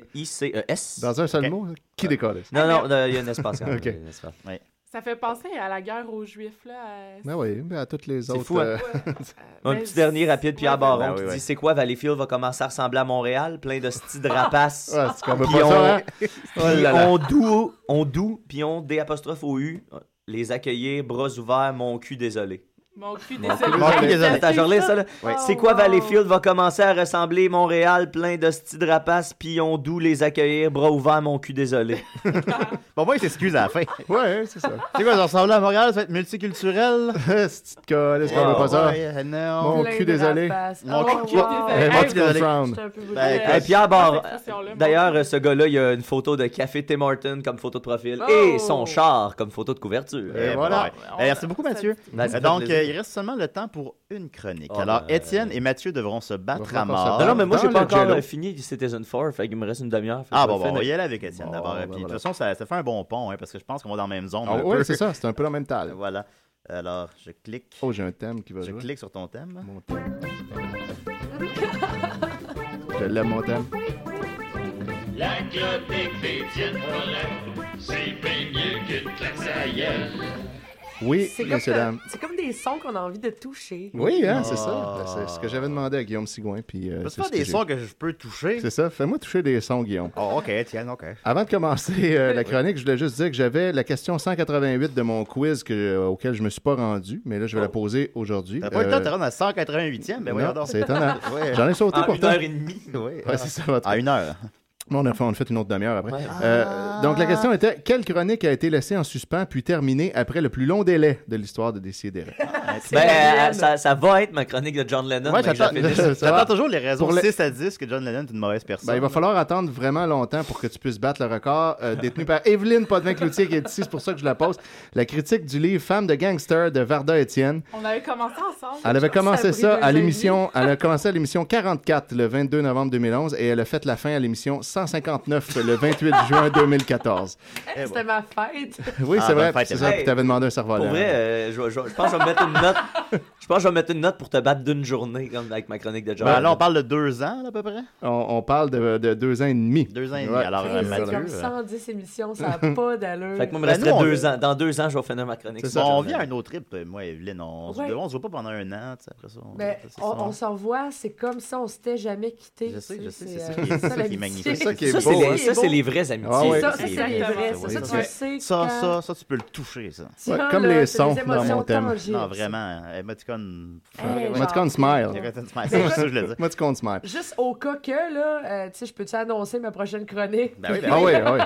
C-O-L-L-I-C-E-S.
Dans un seul mot, qui décolle
Non, non, euh, il y a un espace. quand même,
Ok.
il y a un espace.
Ça fait penser à la guerre aux Juifs, là. à-
Ben oui, mais à toutes les autres.
fou, hein?
euh,
Un
Mais
petit dernier rapide, puis à Baron
Ben
qui
oui,
dit
ouais.
C'est quoi, Valleyfield va commencer à ressembler à Montréal Plein de styles
Ah!
de rapaces.
Ouais, c'est qu'on veut
Puis
pas
on,
ça, hein?
puis
Oh là là.
on doux, on doux, puis on D apostrophe au U, les accueillir, bras ouverts, mon cul désolé.
Mon cul
Mon
désolé.
cul désolé. Attends, je relis ça, là.
Oui.
C'est quoi
Oh, wow.
Valleyfield va commencer à ressembler Montréal, plein de styles de rapaces, puis on doux, les accueillir, bras ouverts, mon cul désolé.
Bon, moi, il s'excuse à la fin.
Ouais, c'est ça.
C'est quoi, ça ressemble à Montréal, ça va être multiculturel?
C'est est-ce qu'on veut pas ça? Mon
Ben,
cul désolé.
Ah,
Mon cul
Eh,
Mon cul désolé.
Brown.
Ben,
écoute,
hey, Pierre Bar-
cette expression-là, mon
D'ailleurs, euh, ce gars-là, il a une photo de Café Tim Horton comme photo de profil
Oh.
et son char comme photo de couverture.
Et voilà. Eh, Merci beaucoup, Mathieu.
Ben, ça fait
Donc,
plaisir.
euh, il reste seulement le temps pour une chronique.
Oh,
Alors,
ben,
Étienne et Mathieu devront Ben se battre à mort.
Non, non, mais moi, j'ai
Dans
pas
le
encore
jello.
euh, fini. C'était une four, fait qu'il me reste une demi-heure. fait que
Ah,
je
bon,
vais
bon, on va y
finir.
aller avec Étienne d'abord. Puis, De toute façon, ça, ça fait un bon pont, hein, parce que je pense qu'on va dans la même zone.
ben Ah
un
ouais,
peu.
c'est ça, c'est un peu la même taille.
Voilà. Alors, je clique.
Oh, j'ai un thème qui va
Je
jouer.
clique sur ton thème.
Je l'aime, mon thème.
La clopique des diètes forêts, c'est bien mieux qu'une claque sa gueule.
Oui,
C'est comme,
messieurs, dames.
c'est comme des sons qu'on a envie de toucher.
Oui, hein, c'est ça. Ben, C'est ce que j'avais demandé à Guillaume Sigouin. Puis, euh, c'est
pas
ce que
Ah. des
j'ai-
sons que je peux toucher.
C'est ça, fais-moi toucher des sons, Guillaume.
Oh, OK, Étienne, OK.
Avant de commencer euh, la chronique, je voulais juste dire que j'avais la question 188 de mon quiz que, euh, auquel je me suis pas rendu, mais là, je vais la poser aujourd'hui.
Oh. T'as pas eu le temps
Euh,
de te rendre à 188e, mais
non,
voyons donc.
c'est étonnant.
Ouais.
J'en ai sauté
En
pour
une
Ah,
heure et demie. Oui.
Ouais, c'est ça, votre-
À une heure.
Bon, on a fait, on a fait une autre demi-heure après. Euh, donc, la question était quelle chronique a été laissée en suspens puis terminée après le plus long délai de l'histoire de Décideret
Ben, euh, ça, ça va être ma chronique de John Lennon.
Ouais,
mais que
j'attends-
j'ai fini.
j'attends toujours les raisons
Pour le-
6 à 10 que John Lennon est une mauvaise personne.
Ben, il va falloir attendre vraiment longtemps pour que tu puisses battre le record euh, détenu par Evelyne Podvin-Cloutier qui est ici, c'est pour ça que je la pose. La critique du livre Femme de gangster de Varda Étienne.
On avait commencé ensemble.
Elle avait commencé
Ça a
ça
pris deux
à
ans et
l'émission, elle a commencé à l'émission 44 le 22 novembre 2011 et elle a fait la fin à l'émission 159 le 28 juin 2014.
Hey, C'était ma fête.
Ah,
Oui, c'est
ben,
vrai, c'est ça,
Hey,
puis t'avais demandé un cerveau
Pour vrai, euh, je, je- je pense que je vais me mettre une note. Je pense que je vais me mettre une note pour te battre d'une journée, comme avec ma chronique de John.
Ben, là,
Lennon.
on parle de deux ans, là, à peu près.
On, on parle de, de deux ans et demi.
Deux ans et demi.
Ouais.
Alors, euh,
Hey, c'est
Mathieu.
comme 110 émissions, ça n'a pas d'allure.
Fait que moi, il me
Ben,
resterait
nous, on-
deux ans. Dans deux ans, je vais finir ma chronique.
euh,
sur
on
John
vit à
Lennon.
un autre rythme, moi et Evelyne. On, se-
Ouais.
on se voit pas pendant un an, tu sais, après ça. On,
Mais
c'est ça,
on,
on-
on s'en voit, c'est comme si on s'était jamais quitté.
Je sais,
tu
je sais,
c'est
c'est
euh,
ça qui est- c'est ça qui est
l'amitié.
magnifique.
Ça,
qui est
ça,
beau,
c'est
hein.
les, ça, c'est les vraies amitiés.
Ah ouais.
Ça, ça, c'est les vrais.
Oui,
Ça,
c'est
ça,
vrai.
tu sais.
Ça,
quand-
ça, ça, tu peux le toucher, ça.
Ça,
Ouais, comme
là,
les
c'est
sons
des
dans
émotions
mon thème.
tangibles,
Non,
ça.
vraiment. Emoticon.
Hey,
Ouais.
genre-
Emoticon smile.
Emoticon smile, C'est ça que je voulais dire.
Moi, tu comptes smile.
Juste au cas que, là, euh, tu sais, je peux-tu annoncer ma prochaine chronique?
Ben oui, ben
Ah oui, ah oui.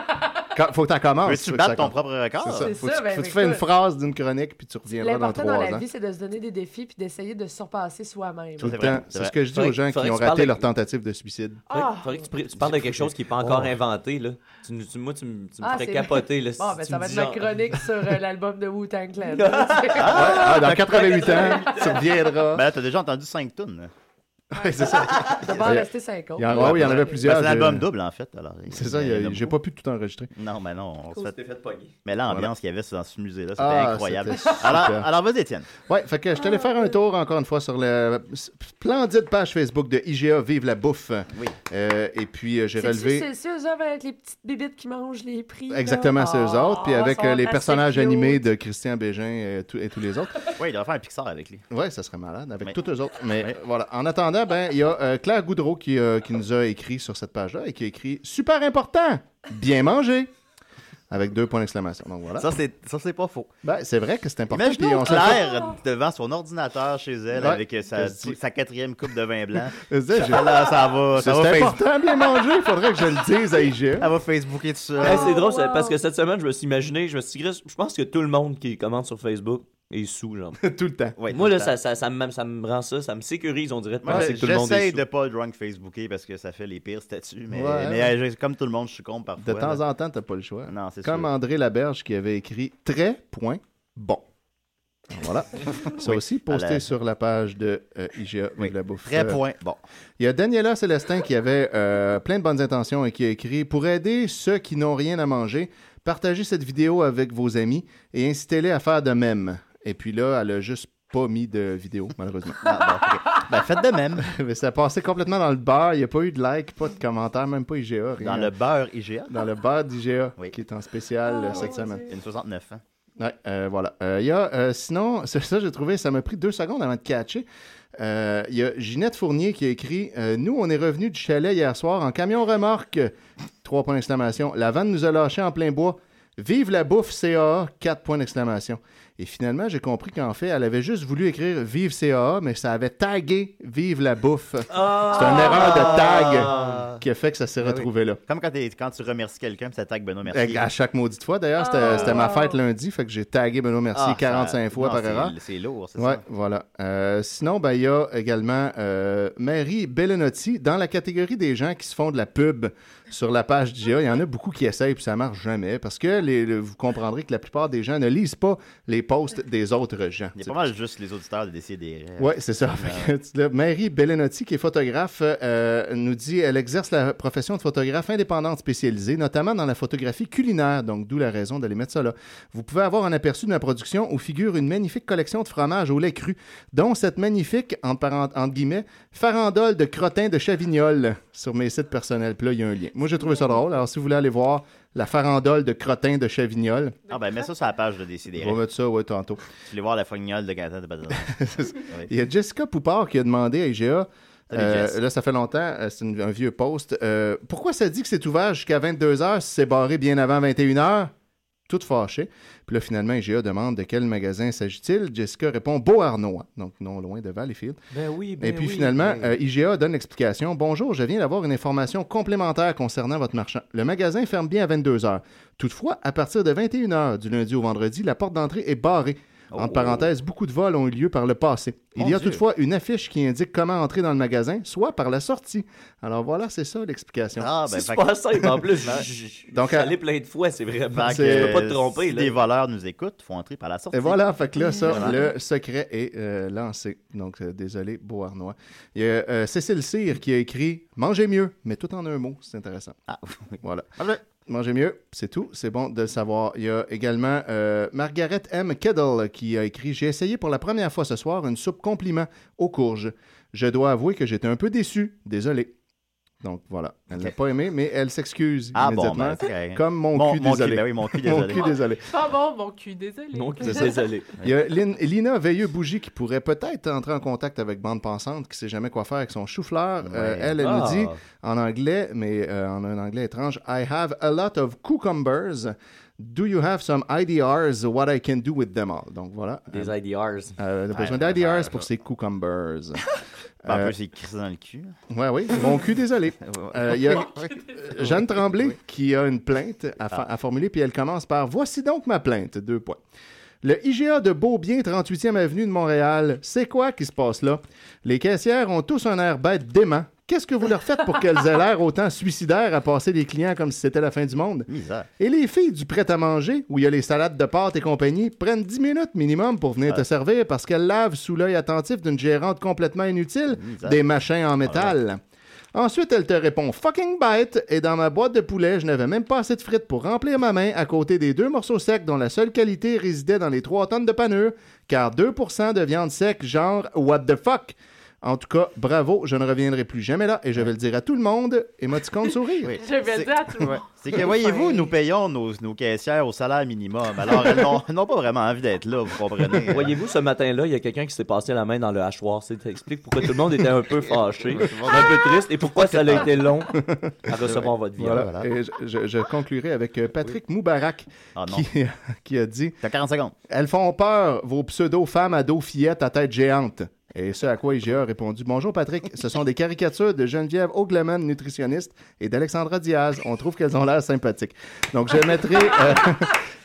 Quand- faut que t'en commences.
Veux-tu
faut que
battre
ça
ton
commence.
propre record?
C'est ça.
C'est
Faut,
ça,
que tu-
ben,
faut que tu
écoute.
fais une phrase d'une chronique, puis tu reviendras dans
L'important
trois
dans la
ans.
vie, c'est de se donner des défis puis d'essayer de surpasser soi-même.
Tout
Tout le temps.
c'est
C'est
vrai.
ce que je dis
Faudrait-
aux gens qui
faudrait que
ont
tu parles
raté
avec-
leur tentative de suicide.
Ah!
Faudrait que tu, pr- tu parles de quelque chose qui n'est pas encore inventé. Là. Tu, nous- tu- moi, tu, me- tu me
Ah,
ferais
c'est-
capoter. Là, si
Bon, ben,
tu
ça
me
va être
dis
ma
genre-
chronique sur euh, l'album de Wu-Tang Clan.
Ah, dans 88 Ah, ans, tu reviendras.
Ben là, t'as déjà entendu 5 tonnes.
Ouais, c'est ça.
T'as pas resté cinq autres.
Il y en, ah oui, il y en avait plusieurs.
C'est l'album
j'ai-
double, en fait. alors.
C'est ça,
Il
il
y
y
en a
a- j'ai pas pu tout enregistrer.
Non, mais non. On
Cause
se
t'es fait pogner.
Mais l'ambiance
Voilà.
qu'il y avait dans ce musée-là, c'était
Ah,
incroyable.
c'était super.
Alors, alors vas-y, Étienne.
Ouais, fait que je t'allais faire un tour encore une fois sur la splendide page Facebook de IGA Vive la bouffe.
Oui.
et puis euh, j'ai
C'est
relevé.
C'est c'est eux autres avec les petites bibites qui mangent les prix.
Exactement, c'est
Ah,
eux autres. Puis avec euh, les personnages
animés.
animés de Christian Bégin et, tout- et tous les autres.
Oui, il devrait faire un Pixar avec lui.
Ouais, ça serait malade, avec
Mais-
tous eux autres. Mais voilà. En attendant, ben, il y a euh, Claire Goudreau qui, euh, qui nous a écrit sur cette page-là et qui a écrit Super important, bien manger, avec deux points d'exclamation. Donc voilà.
Ça, c'est ça, c'est pas faux.
Ben, c'est vrai que c'est important. Ah. puis
Imagine
se le fait-
Claire devant son ordinateur chez elle
Ouais,
avec euh, sa,
je dis-
sa quatrième coupe de vin blanc.
Je disais,
ça,
j'ai-
là, ça va.
C'est
Ça va Facebook.
important, bien manger. Il faudrait que je le dise à IGA.
Elle va Facebooker tout ça.
Hey, Eh, c'est drôle, c'est parce que cette semaine, je me suis imaginé, je me suis dit, Chris, je pense que tout le monde qui commente sur Facebook est sous, genre.
Ah.
tout le temps.
Moi, là, ça, ça, ça, me, ça me rend ça, ça me sécurise, on dirait, de
Moi,
penser
je-
que tout le monde est
j'essaye
sous.
de pas le drunk Facebooker parce que ça fait les pires statuts, mais,
Ouais.
mais, euh, j'ai- comme tout le monde, je succombe parfois.
De temps
là.
en temps, t'as pas le choix.
Non, c'est
Comme
sûr.
André Laberge qui avait écrit très point bon. Voilà. Ça
Oui.
aussi posté
À la-
sur la page de euh, IGA Vive la bouffe. Euh,
Très point. Bon.
Il y a Daniela Célestin qui avait euh, plein de bonnes intentions et qui a écrit Pour aider ceux qui n'ont rien à manger, partagez cette vidéo avec vos amis et incitez-les à faire de même. Et puis là, elle a juste pas mis de vidéo, malheureusement.
Ben, faites de même.
Mais ça a passé complètement dans le beurre. Il n'y a pas eu de like, pas de commentaire, même pas IGA. rien.
Dans le beurre IGA.
Dans le beurre d'IGA,
Oui.
qui est en spécial
Ah,
euh,
Ah,
cette semaine.
Une 69. Hein.
Ouais, euh, voilà. Euh, Il y a, euh, sinon, ça, ça, j'ai trouvé, ça m'a pris deux secondes avant de catcher. Euh, Il y a Ginette Fournier qui a écrit euh, Nous, on est revenu du chalet hier soir en camion remorque. Trois points d'exclamation. La vanne nous a lâchés en plein bois. Vive la bouffe CAA. Quatre points d'exclamation. Et finalement, j'ai compris qu'en fait, elle avait juste voulu écrire Vive CAA, mais ça avait tagué Vive la bouffe. C'est une erreur de tag qui a fait que ça s'est retrouvé là.
Comme quand, t'es- quand tu remercies quelqu'un, puis ça tag Benoît
Euh,
Mercier.
À chaque maudite fois. D'ailleurs, c'était c'était ma fête lundi, fait que j'ai tagué Benoît Mercier
Ah, ça-
45 fois
non,
par
c'est-
erreur.
C'est lourd, c'est
Ouais,
ça.
voilà. Euh, sinon, ben, il y a également euh, Mary Bellenotti dans la catégorie des gens qui se font de la pub sur la page d'IGA. Il y en a beaucoup qui essayent puis ça marche jamais parce que les- le- vous comprendrez que la plupart des gens ne lisent pas les posts des autres gens.
Il y a pas mal juste les auditeurs de décider.
Oui, c'est ça. Fait que tu l'as- Mary Bellenotti, qui est photographe, euh, nous dit elle exerce la profession de photographe indépendante spécialisée, notamment dans la photographie culinaire, donc d'où la raison d'aller mettre ça là. Vous pouvez avoir un aperçu de ma production où figure une magnifique collection de fromages au lait cru, dont cette magnifique, entre, parent- entre guillemets, farandole de crottin de chavignol sur mes sites personnels. Puis là, il y a un lien. Moi, j'ai trouvé ça drôle. Alors, si vous voulez aller voir la farandole de crottin de chavignol,
Ah ben, mets ça sur la page de
on
décider.
va mettre ça ouais, tantôt.
Tu voulais voir la fognole de Gaëtan de Badenoch. Oui.
Il y a Jessica Poupard qui a demandé à IGA.
Salut,
euh,
Jess.
là, ça fait longtemps, euh, c'est une- un vieux post. euh, pourquoi ça dit que c'est ouvert jusqu'à 22h si c'est barré bien avant 21h? Toute fâchée. Puis là, finalement, IGA demande de quel magasin s'agit-il. Jessica répond Beau Arnois, donc non loin de Valleyfield.
Ben oui, ben
Et puis
oui,
finalement,
ben-
euh, IGA donne l'explication. Bonjour, je viens d'avoir une information complémentaire concernant votre marchand. Le magasin ferme bien à 22h. Toutefois, à partir de 21h, du lundi au vendredi, la porte d'entrée est barrée.
Oh.
Entre parenthèses, beaucoup de vols ont eu lieu par le passé. Il
Mon
y a
Dieu.
toutefois une affiche qui indique comment entrer dans le magasin, soit par la sortie. Alors voilà, c'est ça l'explication.
Ah ben,
C'est
fait
super
que-
simple en plus. hein. Je je-
Donc, euh,
je suis
à-
allé plein de fois, c'est vraiment.
fait
Je
que,
peux pas te
euh,
tromper.
si
là.
des voleurs nous écoutent, faut entrer par la sortie.
Et voilà, fait que là, ça,
Voilà.
le secret est euh, lancé. Donc, euh, désolé, Beauharnois. Il y a euh, Cécile Cyr qui a écrit Mangez mieux, mais tout en un mot, c'est intéressant.
Ah, oui.
Voilà.
Ah, ben,
Mangez mieux, c'est tout, c'est bon de le savoir. Il y a également euh, Margaret M. Kettle qui a écrit J'ai essayé pour la première fois ce soir une soupe compliment aux courges. Je dois avouer que j'étais un peu déçu, désolé. Donc voilà, elle
Ok.
n'a pas aimé, mais elle s'excuse
Ah bon,
immédiatement.
ben, c'est correct.
Comme mon,
Mon-
cul
mon cul,
désolé.
ben oui, mon
Mon
cul désolé.
cul désolé.
Pas bon, mon cul, désolé.
Donc, désolé.
Il y a Lin- Lina Veilleux-Bougie qui pourrait peut-être entrer en contact avec Bande Pensante, qui sait jamais quoi faire avec son chou-fleur. Euh,
Ouais.
elle, elle nous
Ah.
dit en anglais, mais euh, en un anglais étrange, I have a lot of cucumbers. Do you have some IDRs? What I can do with them all. Donc voilà.
Des IDRs.
Euh, elle a besoin
Ouais,
d'IDRs
ouais,
pour
ouais.
ses cucumbers.
ben,
Euh,
en plus, c'est crissé dans le cul.
Ouais, oui. Mon cul, désolé. Euh, Il y a Euh, Jeanne Tremblay qui a une plainte à, fa- à formuler, puis elle commence par Voici donc ma plainte. Deux points. Le IGA de Beaubien, 38e avenue de Montréal, c'est quoi qui se passe là? Les caissières ont tous un air bête dément, Qu'est-ce que vous leur faites pour qu'elles aient l'air autant suicidaires à passer les clients comme si c'était la fin du monde?
Misère.
Et les filles du prêt-à-manger, où il y a les salades de pâtes et compagnie, prennent 10 minutes minimum pour venir te servir parce qu'elles lavent sous l'œil attentif d'une gérante complètement inutile
Misère.
des machins en métal. Ensuite, elle te répond fucking bite et dans ma boîte de poulet, je n'avais même pas assez de frites pour remplir ma main à côté des deux morceaux secs dont la seule qualité résidait dans les 3 tonnes de panure, car 2% de viande sec, genre what the fuck. En tout cas, bravo, je ne reviendrai plus jamais là et je vais le dire à tout le monde. Émoticône sourire.
Je vais le dire à tout le
Ouais.
monde.
C'est que, voyez-vous, nous payons nos, nos caissières au salaire minimum. Alors, elles n'ont- elles n'ont pas vraiment envie d'être là, vous comprenez.
Voyez-vous, ce matin-là, il y a quelqu'un qui s'est passé la main dans le hachoir. Ça explique pourquoi tout le monde était un peu fâché, un peu triste, et pourquoi ça a été long à recevoir votre viande.
Voilà. Et je, je- je conclurai avec euh, Patrick Moubarak
Ah,
qui, qui a dit
T'as 40 secondes.
Elles font peur, vos pseudo-femmes à dos fillettes à tête géante. Et ce à quoi IGA a répondu Bonjour Patrick, ce sont des caricatures de Geneviève Ogleman, nutritionniste, et d'Alexandra Diaz. On trouve qu'elles ont l'air sympathiques. Donc je mettrai. euh,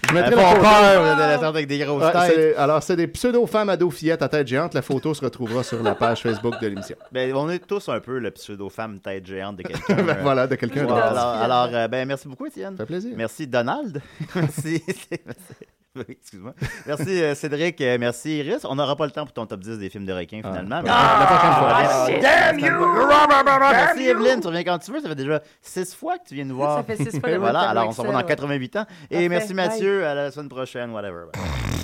je mettrai
Elles
la
font
photo.
peur, vous avez l'attente avec des grosses
Ouais,
têtes.
c'est- Alors c'est des pseudo-femmes à dos fillettes à tête géante. La photo se retrouvera sur la page Facebook de l'émission.
Ben, on est tous un peu le pseudo-femme tête géante de quelqu'un.
Ben voilà, de quelqu'un
Ouais,
d'autre.
alors, alors, euh, ben, merci beaucoup, Étienne. Ça fait
plaisir.
Merci, Donald. merci. c'est- oui, Excuse-moi. Merci, euh, Cédric. Euh, Merci, Iris. On n'aura pas le temps pour ton top 10 des films de requins, finalement. mais-
Ah,
la prochaine fois.
ah,
Bien.
shit. Damn
Bien.
you.
Merci,
Damn
Evelyne. Tu reviens quand tu veux. Ça fait déjà six fois que tu viens nous voir.
Ça fait six fois que
Et
je
Voilà,
t'aime
alors on
avec
se
ça,
revoit
ouais.
dans 88 ans. Et
Parfait.
merci,
Bye.
Mathieu. À la semaine prochaine, whatever. Bye.